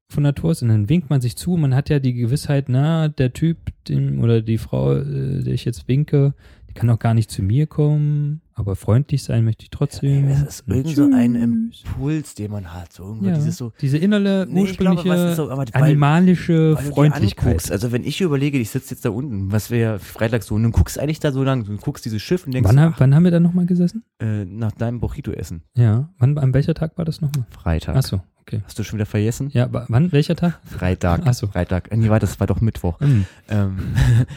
von Natur aus und dann winkt man sich zu. Man hat ja die Gewissheit, na, der Typ dem, oder die Frau, äh, der ich jetzt winke, die kann auch gar nicht zu mir kommen, aber freundlich sein möchte ich trotzdem.
Es ist
Und
irgend so ein
tschüss.
Impuls, den man hat. So irgendwie
ja,
dieses so,
diese innere,
Nee, ich glaube,
ursprüngliche,
was ist so- aber weil-
animalische
weil du dir
Freundlichkeit.
anguckst. Also wenn ich überlege, ich sitze jetzt da unten, was wir ja Freitag so, und dann guckst eigentlich da so lang, du guckst dieses Schiff und denkst,
Wann, ha- wann haben wir dann nochmal gesessen?
äh, nach deinem Burrito essen.
Ja, wann, an welcher Tag war das nochmal?
Freitag.
Achso, okay.
Hast du schon wieder vergessen?
Ja, wa- wann, welcher Tag?
Freitag.
Ach so.
Freitag. Äh, Nee, warte, das war doch Mittwoch.
Hm.
Ähm,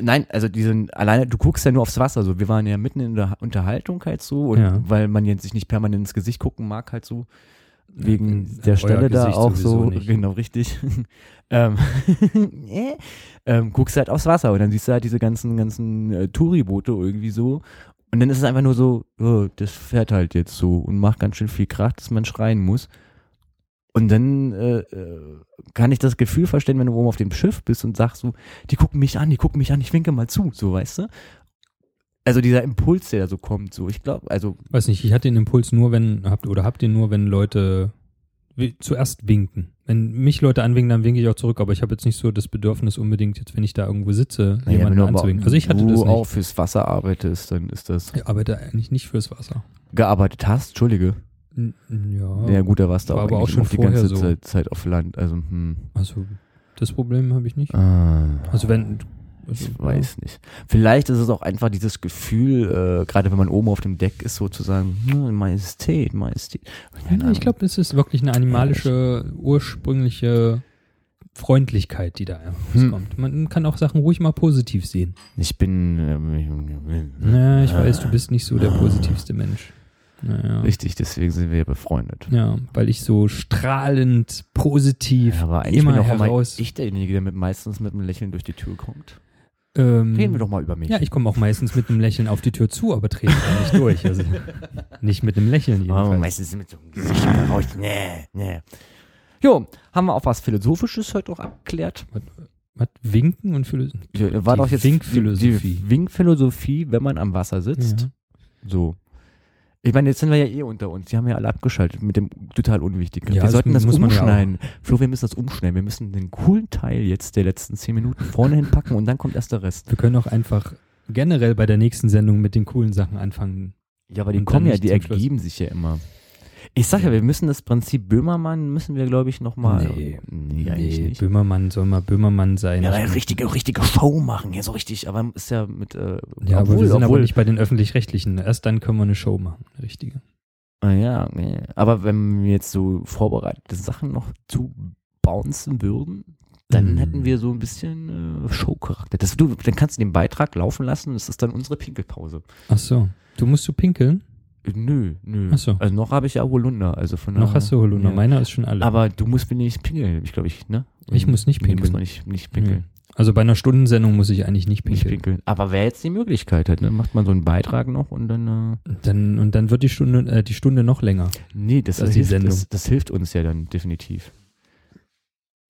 Nein, also diesen alleine, du guckst ja nur aufs Wasser. So, wir waren ja mitten in der Unterhaltung halt so, und
Ja.
weil man jetzt sich nicht permanent ins Gesicht gucken mag, halt so. Wegen
Ja,
der
euer
Stelle da
Gesicht
auch
sowieso
so,
nicht.
genau richtig. ähm, äh, ähm, guckst halt aufs Wasser und dann siehst du halt diese ganzen, ganzen äh, Touriboote irgendwie so. Und dann ist es einfach nur so, oh, das fährt halt jetzt so und macht ganz schön viel Krach, dass man schreien muss. Und dann äh, äh, kann ich das Gefühl verstehen, wenn du oben auf dem Schiff bist und sagst so, die gucken mich an, die gucken mich an, ich winke mal zu, so weißt du? Also dieser Impuls, der da so kommt, so ich glaube, also
Weiß nicht, ich hatte den Impuls nur, wenn, habt, oder habt ihr nur, wenn Leute wi- zuerst winken. Wenn mich Leute anwinken, dann winke ich auch zurück, aber ich habe jetzt nicht so das Bedürfnis unbedingt, jetzt, wenn ich da irgendwo sitze, jemanden
aber
anzuwinken. Also ich hatte
du
das
auch
nicht.
fürs Wasser arbeitest, dann ist das
Ich arbeite eigentlich nicht fürs Wasser.
gearbeitet hast, entschuldige.
N- Ja,
Ja gut, da warst du
Oh. War
auch,
aber auch
eigentlich
schon
auf die
vorher
ganze
so.
Zeit, Zeit auf Land, also hm.
also das Problem habe ich nicht.
Ah.
Also wenn, also,
Ich weiß nicht. Vielleicht ist es auch einfach dieses Gefühl, äh, gerade wenn man oben auf dem Deck ist, sozusagen, hm, Majestät, Majestät. Keine
Ja, ich
Ahnung.
glaube, es ist wirklich eine animalische, ursprüngliche Freundlichkeit, die da
Hm.
rauskommt. Man kann auch Sachen ruhig mal positiv sehen.
Ich bin. ähm,
Ja, ich weiß, du bist nicht so
Ah.
der positivste Mensch. Naja.
äh, Richtig, deswegen sind wir ja befreundet.
ja, weil ich so strahlend, positiv,
Ja, aber eigentlich
immer
bin auch immer
heraus.
ich derjenige, der mit meistens mit einem Lächeln durch die Tür kommt.
ähm,
Reden wir doch mal über mich.
Ja, ich komme auch meistens mit einem Lächeln auf die Tür zu, aber trete da nicht durch. Also nicht mit einem Lächeln
Aber
jedenfalls.
meistens mit so einem Gesicht raus. Nee, nee. Jo, haben wir auch was Philosophisches heute auch abgeklärt?
Was, winken und Philosophie.
Ja, War
Die
doch jetzt
Winkphilosophie.
Die, die Winkphilosophie, wenn man am Wasser sitzt.
Ja.
So. Ich meine, jetzt sind wir ja eh unter uns. Die haben ja alle abgeschaltet mit dem total unwichtigen.
Ja,
wir
das
sollten das
muss man ja
umschneiden. Flo, wir müssen das umschneiden. Wir müssen den coolen Teil jetzt der letzten zehn Minuten vorne hinpacken und dann kommt erst der Rest.
Wir können auch einfach generell bei der nächsten Sendung mit den coolen Sachen anfangen.
Ja, aber die
Und dann
kommen ja,
nicht
die
zum Schluss.
ergeben sich ja immer. Ich sag ja, wir müssen das Prinzip Böhmermann, müssen wir, glaube ich, nochmal.
Nee.
nee, eigentlich nicht.
Böhmermann soll mal Böhmermann sein.
Ja,
Ja,
aber richtige, richtige Show machen, ja, so richtig. Aber ist ja mit. Äh,
aber wir sind aber nicht bei den Öffentlich-Rechtlichen. Erst dann können wir eine Show machen, eine richtige.
Ah Ja, nee. aber wenn wir jetzt so vorbereitete Sachen noch zu bouncen würden, dann
Mm.
hätten wir so ein bisschen äh, Showcharakter. Das, du, dann kannst du den Beitrag laufen lassen und es ist dann unsere Pinkelpause.
Ach so, du musst zu pinkeln?
Äh, Nö, nö.
Ach so.
Also noch habe ich ja Holunder. Also von
Noch
daher-
hast du Holunder,
Ja.
meiner ist schon alle.
Aber du musst mir nicht pinkeln, ich glaube ich, ne?
Ich muss nicht
Nee, Du musst
pinkeln.
noch nicht, nicht pinkeln.
also bei einer Stundensendung muss ich eigentlich nicht
hm. Nicht
pinkeln.
pinkeln. Aber wäre jetzt die Möglichkeit, halt, ne? Macht man so einen Beitrag noch und dann. Äh,
Dann, und dann wird die Stunde, äh, die Stunde noch länger.
nee, das,
Das ist die
hilft,
Sendung.
das, das hilft uns ja dann definitiv.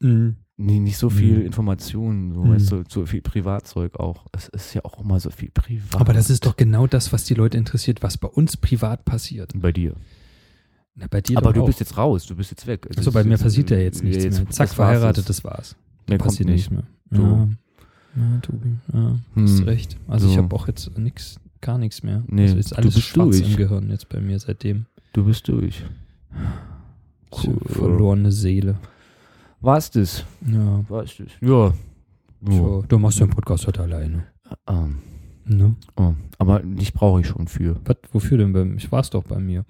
Mhm.
Nee, nicht so viel
Hm.
Informationen, so,
Hm.
weißt du, so viel Privatzeug auch. Es ist ja auch immer so viel privat.
Aber das ist doch genau das, was die Leute interessiert, was bei uns privat passiert.
bei dir.
Na, bei dir
Aber
doch
du
auch.
bist jetzt raus, du bist jetzt weg. Also
Achso, bei
es ist
mir passiert ja jetzt nichts mehr. Zack,
das war's
verheiratet,
jetzt.
das war's.
Nee, kommt
passiert
nicht.
mehr.
So.
Ja, ja Tobi, ja,
Hm.
hast recht. Also ich
So.
habe auch jetzt nix, gar nichts mehr.
Nee,
also ist
du
alles
bist
schwarz
durch.
im Gehirn jetzt bei mir seitdem.
Du bist durch.
So
Cool.
Verlorene Seele.
War's das?
Ja.
War's das? Ja. ja.
So, Du machst den Podcast heute alleine.
Ah,
Ne?
ah. Aber dich brauche ich schon für.
Was, wofür denn? Bei, ich war's doch bei mir.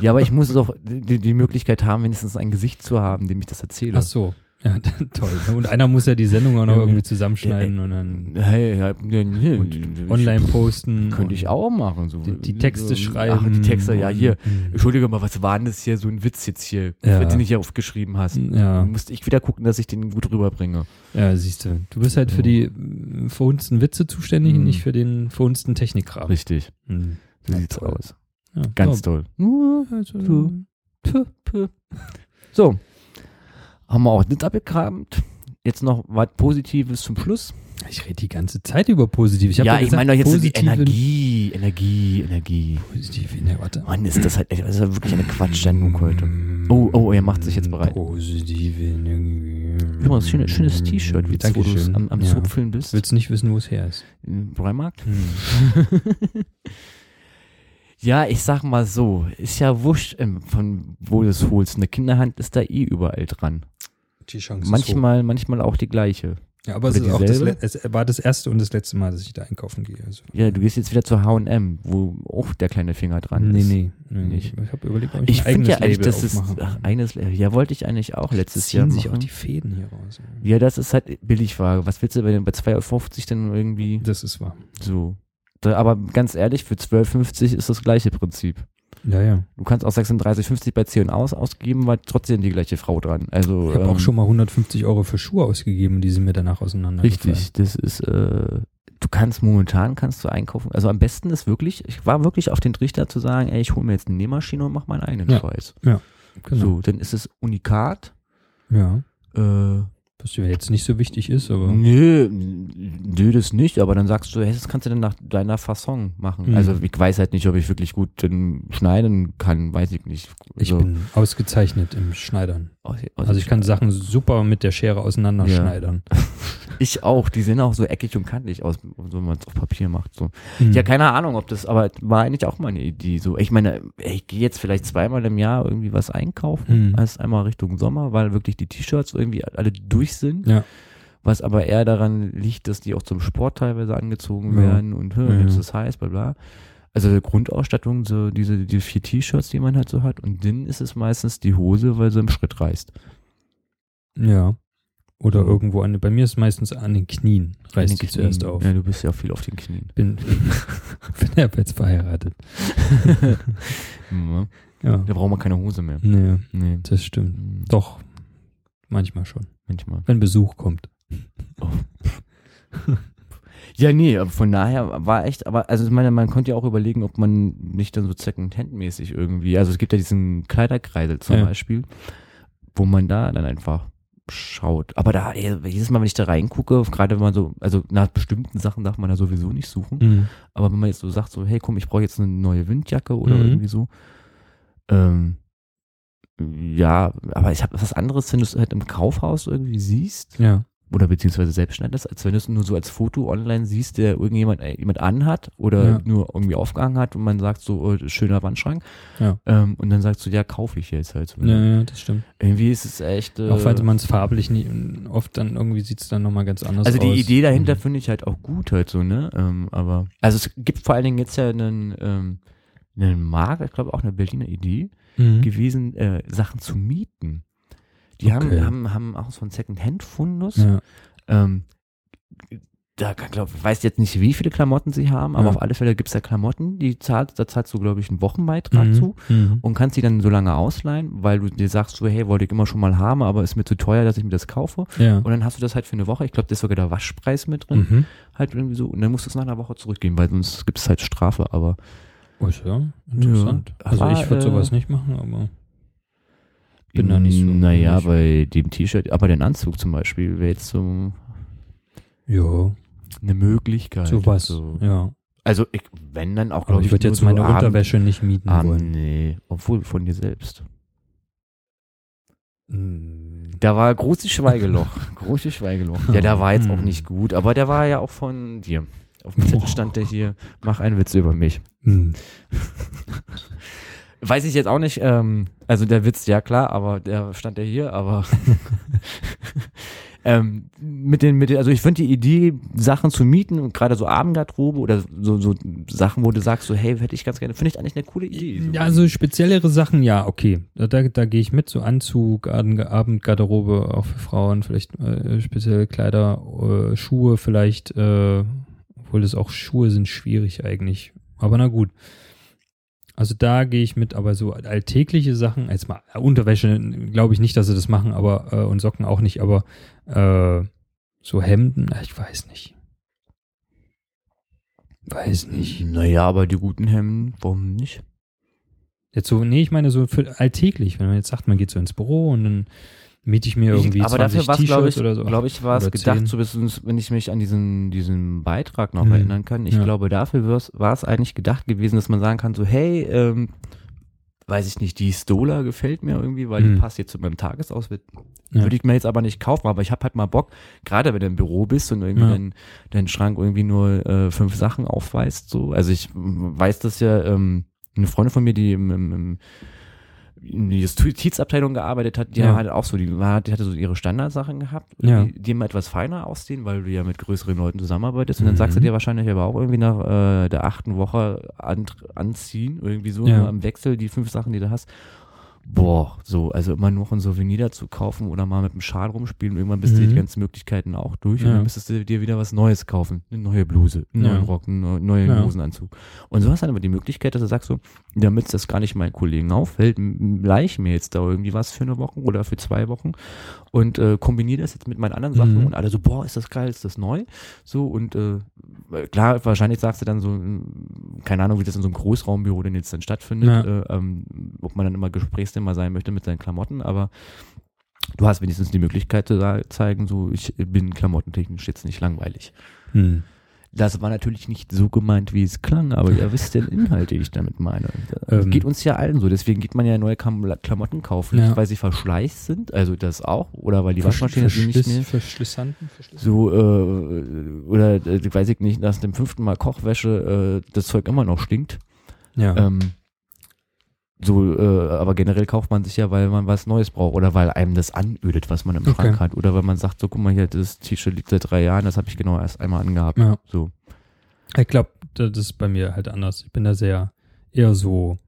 Ja, aber ich muss doch die, die Möglichkeit haben, wenigstens ein Gesicht zu haben, dem ich das erzähle.
Ach so. Ja, dann, toll. ne? Und einer muss ja die Sendung auch noch
Ja,
irgendwie
ja.
zusammenschneiden und dann
Hey, ja, nee, nee, ich-
und online posten.
Könnte ich
und
auch machen. So.
Die, die Texte
so-
schreiben.
Ach, die Texte, ja, hier.
Mhm.
Entschuldige mal, was war denn das hier, so ein Witz jetzt hier,
Ja.
den du hier aufgeschrieben hast?
Ja.
Musste ich wieder gucken, dass ich den gut rüberbringe.
Ja, siehst du. Du bist halt
Ja.
für die äh, verhunzten Witze zuständig und
Mhm.
nicht für den verhunzten Technikkram.
Richtig.
Mhm.
So
Ja,
sieht's
toll.
aus.
Ja.
Ganz
ja,
toll.
also,
Du.
Puh,
So. Haben wir auch nicht abgekramt. jetzt noch was Positives zum Schluss?
Ich rede die ganze Zeit über positiv. Ich hab
ja,
doch
ich
gesagt,
meine doch jetzt so die
positive-
Energie, Energie, Energie.
Positiv, ne, warte.
Mann, ist das halt, das ist halt wirklich eine Quatschsendung heute. Oh, oh, er macht sich jetzt bereit.
Positive Energie.
Übrigens, schönes, schönes T-Shirt, wie du es
Dankeschön.
am, am
ja.
Zupfeln bist.
Willst nicht wissen, wo es her ist.
Im Breimarkt?
Hm.
ja, ich sag mal so, ist ja wurscht, ähm, von wo du es holst. Eine Kinderhand ist da eh überall dran.
Die Chance
Manchmal, manchmal auch die gleiche.
Ja, aber es,
Oder
ist auch das,
dieselbe?
le- es war das erste und das letzte Mal, dass ich da einkaufen gehe. Also.
Ja, du gehst jetzt wieder zu H&M, wo auch der kleine Finger dran ist.
nee,
Nicht.
Ich habe überlegt, ob ich,
Ich
ein eigenes
finde ja eigentlich,
Label
dass es
aufmache.
ach, eigenes, ja wollte ich eigentlich auch letztes
ziehen
Jahr machen.
sich auch die Fäden hier raus.
ja, das ist halt Billigware. Was willst du bei, den- bei 2,50 denn irgendwie
Das ist wahr.
so? Da, aber ganz ehrlich, für 12,50 ist das gleiche Prinzip.
Ja, ja.
Du kannst auch 36,50 bei C und aus ausgeben, weil trotzdem die gleiche Frau dran. Also
Ich habe
ähm,
auch schon mal 150 Euro für Schuhe ausgegeben und die sind mir danach auseinander.
richtig. Das ist, äh, du kannst momentan kannst du einkaufen. Also am besten ist wirklich, ich war wirklich auf den Trichter zu sagen, ey, ich hole mir jetzt eine Nähmaschine und mach meinen eigenen
Ja,
Scheiß.
Genau.
So, dann ist es Unikat.
Ja.
Äh,
Was ja jetzt nicht so wichtig ist, aber.
nö, nö, das nicht, aber dann sagst du, hey, das kannst du dann nach deiner Fasson machen.
Mhm.
Also ich weiß halt nicht, ob ich wirklich gut denn schneiden kann, weiß ich nicht.
Ich
So.
bin ausgezeichnet im Schneidern.
Aus- aus-
Also ich kann Sachen super mit der Schere auseinanderschneidern.
Ich auch, die sehen auch so eckig und kantig aus, so wenn man es auf Papier macht.
Hm.
So. Ja, keine Ahnung, ob das, aber war eigentlich auch meine Idee. So, ich meine, ich gehe jetzt vielleicht zweimal im Jahr irgendwie was einkaufen.
Mhm.
Erst einmal Richtung Sommer, weil wirklich die T-Shirts irgendwie alle durch sind.
Ja.
Was aber eher daran liegt, dass die auch zum Sport teilweise angezogen
Ja. Mhm.
werden und hm,
Ja,
jetzt
ja.
ist heiß, bla bla. Also die Grundausstattung, so diese die vier T-Shirts, die man halt so hat. Und dann ist es meistens die Hose, weil sie im Schritt reißt. Also-
Ja. Oder irgendwo an. Bei mir ist meistens an den Knien. Reißt
An den
die zuerst
Knien.
auf.
Ja, du bist ja auch viel auf den Knien.
Bin, bin ja jetzt verheiratet.
Mhm.
Ja.
Da braucht man keine Hose mehr.
Nee,
Nee.
das stimmt.
Mhm.
Doch. Manchmal schon.
Manchmal.
Wenn Besuch kommt.
Ja, nee, aber von daher war echt, aber also ich meine, man konnte ja auch überlegen, ob man nicht dann so Second-Hand-mäßig irgendwie, also es gibt ja diesen Kleiderkreisel zum
Ja.
Beispiel, wo man da dann einfach schaut. Aber da, ey, jedes Mal, wenn ich da reingucke, gerade wenn man so, also nach bestimmten Sachen darf man da sowieso nicht suchen, aber wenn man jetzt so sagt, so, hey, komm, ich brauche jetzt eine neue Windjacke oder
Mhm.
irgendwie so, ähm, ja, aber ich habe was anderes, wenn du es halt im Kaufhaus irgendwie siehst
Ja.
oder beziehungsweise selbst schneidest, als wenn du es nur so als Foto online siehst, der irgendjemand äh, jemand anhat oder
Ja.
nur irgendwie aufgehangen hat und man sagt so, äh, schöner Wandschrank.
Ja.
Ähm, und dann sagst du, ja, kaufe ich jetzt halt. so.
Ja, ja, das stimmt.
Irgendwie ist es echt. Äh,
Auch wenn man es farblich nie, oft dann irgendwie sieht es dann nochmal ganz anders
also
aus.
die Idee dahinter
Mhm.
finde ich halt auch gut halt so, ne? Ähm, aber. Also es gibt vor allen Dingen jetzt ja einen, ähm, einen Markt, ich glaube auch eine Berliner Idee,
Mhm.
gewesen, äh, Sachen zu mieten. Die
Okay.
haben, haben, haben auch so einen Second-Hand-Fundus.
Ja.
Ähm, da kann, glaub, ich weiß jetzt nicht, wie viele Klamotten sie haben, aber
Ja.
auf alle Fälle gibt es da Klamotten, die zahlst, da zahlst du, glaube ich, einen Wochenbeitrag
Mhm.
zu
Mhm.
und kannst die dann so lange ausleihen, weil du dir sagst so, hey, wollte ich immer schon mal haben, aber ist mir zu teuer, dass ich mir das kaufe.
Ja.
Und dann hast du das halt für eine Woche, ich glaube, da ist sogar der Waschpreis mit drin,
Mhm.
halt irgendwie so, und dann musst du es nach einer Woche zurückgeben, weil sonst gibt es halt Strafe, aber
Oh, ist ja, interessant.
Ja.
Also
Aber,
ich würde
äh,
sowas nicht machen, aber Bin da nicht so-
Naja,
nicht-
bei dem T-Shirt, aber den Anzug zum Beispiel wäre jetzt so
ja,
eine Möglichkeit.
sowas.
So.
Ja.
Also ich, wenn dann auch,
Aber
glaube
ich würde
nur
jetzt meine
so Abend-
Unterwäsche nicht mieten
Ah,
wollen.
nee, obwohl von dir selbst.
Mhm.
Da war großes Schweigeloch. großes Schweigeloch. Ja, der war jetzt auch
Hm.
nicht gut, aber der war ja auch von dir. Auf dem Zettel stand der hier, mach einen Witz über mich.
Mhm.
Weiß ich jetzt auch nicht, ähm, also der Witz, ja klar, aber der stand ja hier, aber ähm, mit den, mit den, also ich finde die Idee, Sachen zu mieten und gerade so Abendgarderobe oder so, so Sachen, wo du sagst, so, hey, hätte ich ganz gerne, finde ich eigentlich eine coole Idee. So.
Ja, also speziellere Sachen, ja, okay. Da, da, da gehe ich mit, so Anzug, Abend- Abendgarderobe auch für Frauen, vielleicht äh, spezielle Kleider, äh, Schuhe vielleicht, äh, obwohl das auch Schuhe sind schwierig eigentlich. Aber na gut. Also da gehe ich mit, aber so alltägliche Sachen, jetzt mal äh, Unterwäsche, glaube ich nicht, dass sie das machen, aber äh, und Socken auch nicht, aber äh, so Hemden, na, ich weiß nicht. Weiß nicht.
Naja, aber die guten Hemden, warum nicht?
Jetzt so, nee, ich meine so für alltäglich, wenn man jetzt sagt, man geht so ins Büro und dann miete ich mir irgendwie
aber
20
dafür war es, glaube ich,
T-Shirts oder so.
glaube ich, war es
Oder 10.
gedacht, zumindest wenn ich mich an diesen, diesen Beitrag noch
Mhm.
erinnern kann. Ich
Ja.
glaube, dafür wär's- war es eigentlich gedacht gewesen, dass man sagen kann, so, hey, ähm, weiß ich nicht, die Stola gefällt mir irgendwie, weil
Mhm.
die passt jetzt zu meinem Tagesausfit.
Ja.
Würde ich mir jetzt aber nicht kaufen, aber ich habe halt mal Bock, gerade wenn du im Büro bist und irgendwie
Ja.
dein, dein Schrank irgendwie nur äh, fünf Sachen aufweist, so. Also ich mm, weiß das ja, ähm, eine Freundin von mir, die im, im, im in die Justizabteilung gearbeitet hat, die
Ja.
hat auch so, die, war, die hatte so ihre Standardsachen gehabt,
Ja.
die, die immer etwas feiner aussehen, weil du ja mit größeren Leuten zusammenarbeitest und dann
Mhm.
sagst du dir wahrscheinlich aber auch irgendwie nach äh, der achten Woche an, anziehen, irgendwie so
Ja.
nur am Wechsel die fünf Sachen, die du hast. Boah, so, also immer noch ein Souvenir dazu kaufen oder mal mit dem Schal rumspielen. Irgendwann bist du
Mhm.
die ganzen Möglichkeiten auch durch
Ja.
und dann müsstest du dir wieder was Neues kaufen. Eine neue Bluse, einen
Ja.
neuen Rock, einen neu- neuen
Ja.
Hosenanzug. Und so hast du dann aber die Möglichkeit, dass du sagst so, damit es das gar nicht meinen Kollegen auffällt, m- m- leih ich mir jetzt da irgendwie was für eine Woche oder für zwei Wochen und äh, kombiniere das jetzt mit meinen anderen Sachen
Mhm.
und alle so, boah, ist das geil, ist das neu? So und äh, klar, wahrscheinlich sagst du dann so, mm, keine Ahnung, wie das in so einem Großraumbüro denn jetzt dann stattfindet,
Ja.
äh, ähm, ob man dann immer Gesprächsthema sein möchte mit seinen Klamotten, aber du hast wenigstens die Möglichkeit zu sa- zeigen, so, ich bin klamottentechnisch jetzt nicht langweilig.
Hm.
Das war natürlich nicht so gemeint, wie es klang, aber ihr wisst den Inhalt, den ich damit meine. Das
Ähm.
geht uns ja allen so. Deswegen geht man ja neue Kam Klamotten kaufen.
Ja.
Nicht, weil sie verschleicht sind, also das auch, oder weil die
Versch-
Waschmaschine sie nicht
Verschliss-
mehr
Verschlissanten? Verschliss-
so, äh, oder äh, weiß ich nicht, nach dem fünften Mal Kochwäsche äh, das Zeug immer noch stinkt.
Ja.
Ähm, so, äh, aber generell kauft man sich ja, weil man was Neues braucht oder weil einem das anödet, was man im
Okay.
Schrank hat. Oder weil man sagt, so guck mal hier, das T-Shirt liegt seit drei Jahren, das habe ich genau erst einmal angehabt.
ja.
So.
Ich glaube, das ist bei mir halt anders. Ich bin da sehr eher so.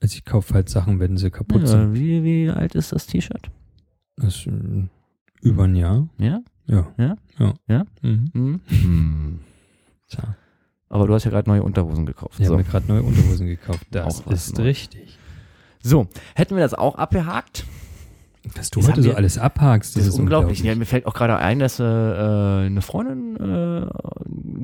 Also ich kaufe halt Sachen, wenn sie kaputt sind.
Ja, wie, wie alt ist das T-Shirt?
Das ist äh, über ein Jahr.
Ja?
Ja.
Ja?
Ja.
Ja?
Mhm.
Hm? Hm.
Tja.
Aber du hast ja gerade neue Unterhosen gekauft.
Ich habe
so.
mir gerade neue Unterhosen gekauft. Das
Auch was
ist
Neues.
richtig.
so, hätten wir das auch abgehakt?
Was du
Das
heute
haben
so
wir-
alles abhakst,
Das ist unglaublich. Ja, mir fällt auch gerade ein, dass äh, äh, eine Freundin äh,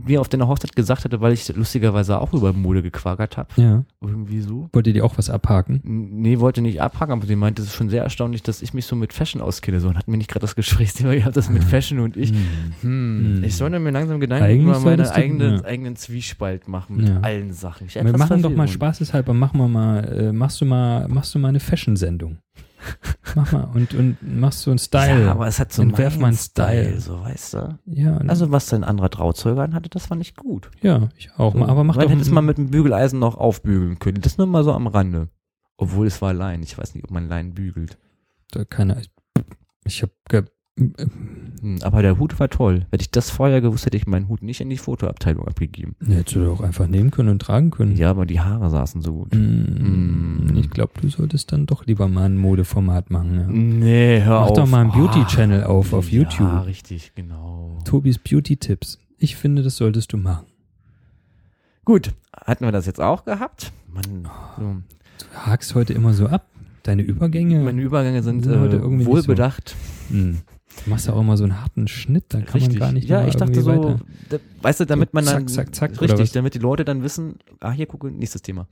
mir auf deiner Hochzeit gesagt hatte, weil ich lustigerweise auch über Mode gequagert habe.
Ja.
Irgendwie so.
Wollt ihr dir auch was abhaken?
N- Nee, wollte nicht abhaken, aber sie meinte, es ist schon sehr erstaunlich, dass ich mich so mit Fashion auskenne. So, und hat mir nicht gerade das Gesprächsthema gehabt, das mit Fashion und ich.
Hm.
Hm,
Ah. Hm.
Ich sollte mir langsam Gedanken
Eigentlich
über meinen
solltest du-
eigenen,
ja.
eigenen Zwiespalt machen mit
Ja.
allen Sachen. Ich
Wir
etwas
machen doch mal
Verwirrung.
spaßeshalber, machen wir mal, äh, machst du mal, machst du mal eine Fashion-Sendung. Mach mal und, und machst so einen Style.
Ja, aber es hat so
Dann werf mal einen
meinen
Style. Hm.
so weißt du.
Ja, und-
Also was dein anderer Trauzeuger anhatte, das fand ich gut.
ja ich auch. mal.
So,
aber mach
man
doch
hätte es mal mit dem Bügeleisen noch aufbügeln können. Das nur mal so am Rande. Obwohl es war Lein. Ich weiß nicht, ob man Lein bügelt.
Da keine. Ich äh, habe.
Hm, aber der Hut war toll. Hätte ich das vorher gewusst, hätte ich meinen Hut nicht in die Fotoabteilung abgegeben.
ne, Hättest du doch einfach nehmen können und tragen können.
Ja, aber die Haare saßen so gut.
Mm,
Mm.
Ich glaube, du solltest dann doch lieber mal ein Modeformat machen. Ja.
Nee, Mm, hör
Mach
auf.
doch mal einen
Ah,
Beauty-Channel auf auf
Ja,
YouTube.
richtig, genau.
Tobis Beauty-Tipps. Ich finde, das solltest du machen.
Gut, hatten wir das jetzt auch gehabt? Mann, so.
Du hakst heute immer so ab. Deine Oh. Übergänge.
meine Übergänge sind
Sind heute irgendwie nicht
äh, wohlbedacht.
Mm. Du machst ja auch immer so einen harten Schnitt, da kann man gar nicht
Hm. Ja,
mal
ich dachte
irgendwie
so,
weiter.
da, weißt du, damit
So
man dann
zack, zack, zack, oder was?
richtig, damit die Leute dann wissen, ah hier gucke, nächstes Thema.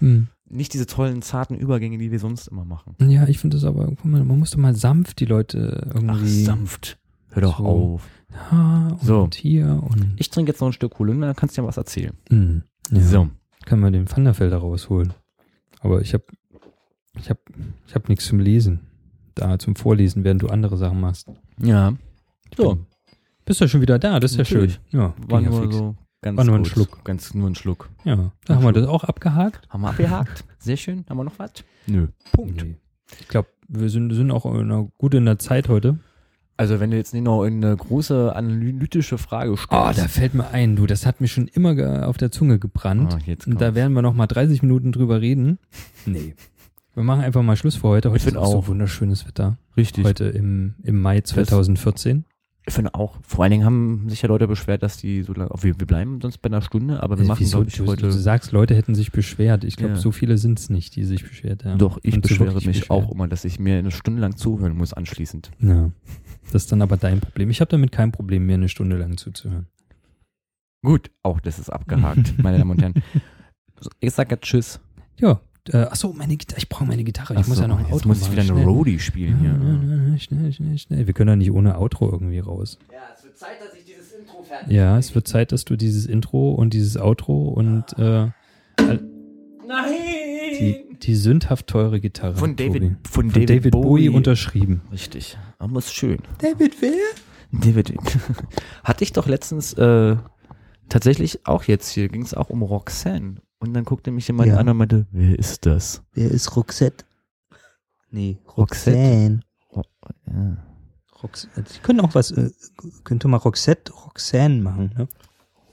Mm.
Nicht diese tollen zarten Übergänge, die wir sonst immer machen.
Ja, ich finde das aber, guck mal, man muss doch mal sanft die Leute irgendwie.
sanft. Hör doch
So.
auf.
Ah, und
So.
hier und.
Ich trinke jetzt noch ein Stück Holunder, dann kannst du ja was erzählen.
Mm. Ja.
So.
kann man den Vanderfelder rausholen. Aber ich habe ich hab, ich hab nichts zum Lesen. Da zum Vorlesen, während du andere Sachen machst.
Ja. So,
Bin- Bist ja schon wieder da, das ist
Natürlich.
ja schön. Ja,
war
ging ja
nur
fix.
so ganz
War nur ein
kurz.
Schluck.
Ganz nur ein Schluck.
Ja, da haben wir das auch abgehakt.
Haben wir abgehakt. Sehr schön. Haben wir noch was? Nö. Punkt.
Nee. Ich glaube, wir sind, sind auch in einer, gut in der Zeit heute.
Also wenn du jetzt nicht noch eine große analytische Frage
Oh,
stellst.
da fällt mir ein, du, das hat mir schon immer ge- auf der Zunge gebrannt.
Ah, jetzt
Und da
kommt's.
werden wir noch mal 30 Minuten drüber reden. Nee. Wir machen einfach mal Schluss für heute. Heute
find
ist auch so
auch.
wunderschönes Wetter.
richtig.
Heute im, im Mai 2014.
Ich finde auch, vor allen Dingen haben sich ja Leute beschwert, dass die so lange, wir, wir bleiben sonst bei einer Stunde, aber wir
Also
machen,
wieso?
glaube ich,
du,
heute.
du sagst, Leute hätten sich beschwert. Ich glaube,
Ja.
so viele sind es nicht, die sich beschwert haben.
Doch, ich
Und sie
beschwere
wirklich
mich auch immer, dass ich mir eine Stunde lang zuhören muss anschließend.
Ja. Das ist dann aber dein Problem. Ich habe damit kein Problem, mir eine Stunde lang zuzuhören.
Gut, auch das ist abgehakt, meine Damen und Herren. So, Ich sage jetzt Tschüss.
Ja, Äh, achso, meine Gitarre, ich brauche meine Gitarre. Ich
Ach
muss
so,
ja noch ein
jetzt
Outro
muss ich
machen.
wieder eine
schnell.
Roadie spielen
Ja,
hier.
ja, ja, Ah, Schnell, schnell, schnell. Wir können doch nicht ohne Outro irgendwie raus.
Ja, es wird Zeit, dass ich dieses Intro fertig
Ja, es wird Zeit, dass du dieses Intro und dieses Outro und äh,
Nein!
die, die sündhaft teure Gitarre.
Von David-
Tobi.
von David
Bowie.
Bowie.
unterschrieben.
Richtig. Aber ist schön.
David wer?
David. Hatte ich doch letztens äh, tatsächlich auch jetzt hier, ging es auch um Roxanne. Und dann guckte mich jemand
Ja.
an und meinte, wer ist das?
Wer ist Roxette? Nee,
Roxette.
Roxanne.
Ja.
Rox Sie können auch was, äh, könnte mal Roxette, Roxanne machen, ne?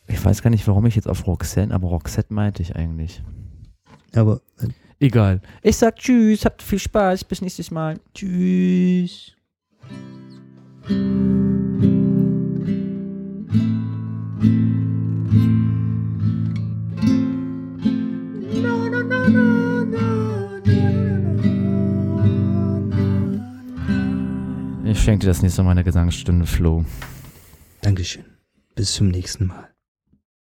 Ich weiß gar nicht, warum ich jetzt auf Roxanne, aber Roxette meinte ich eigentlich.
Aber äh,
Egal. Ich sag Tschüss, habt viel Spaß, bis nächstes Mal.
tschüss.
Ich schenke dir das nächste Mal eine Gesangsstunde, Flo.
Dankeschön. Bis zum nächsten Mal.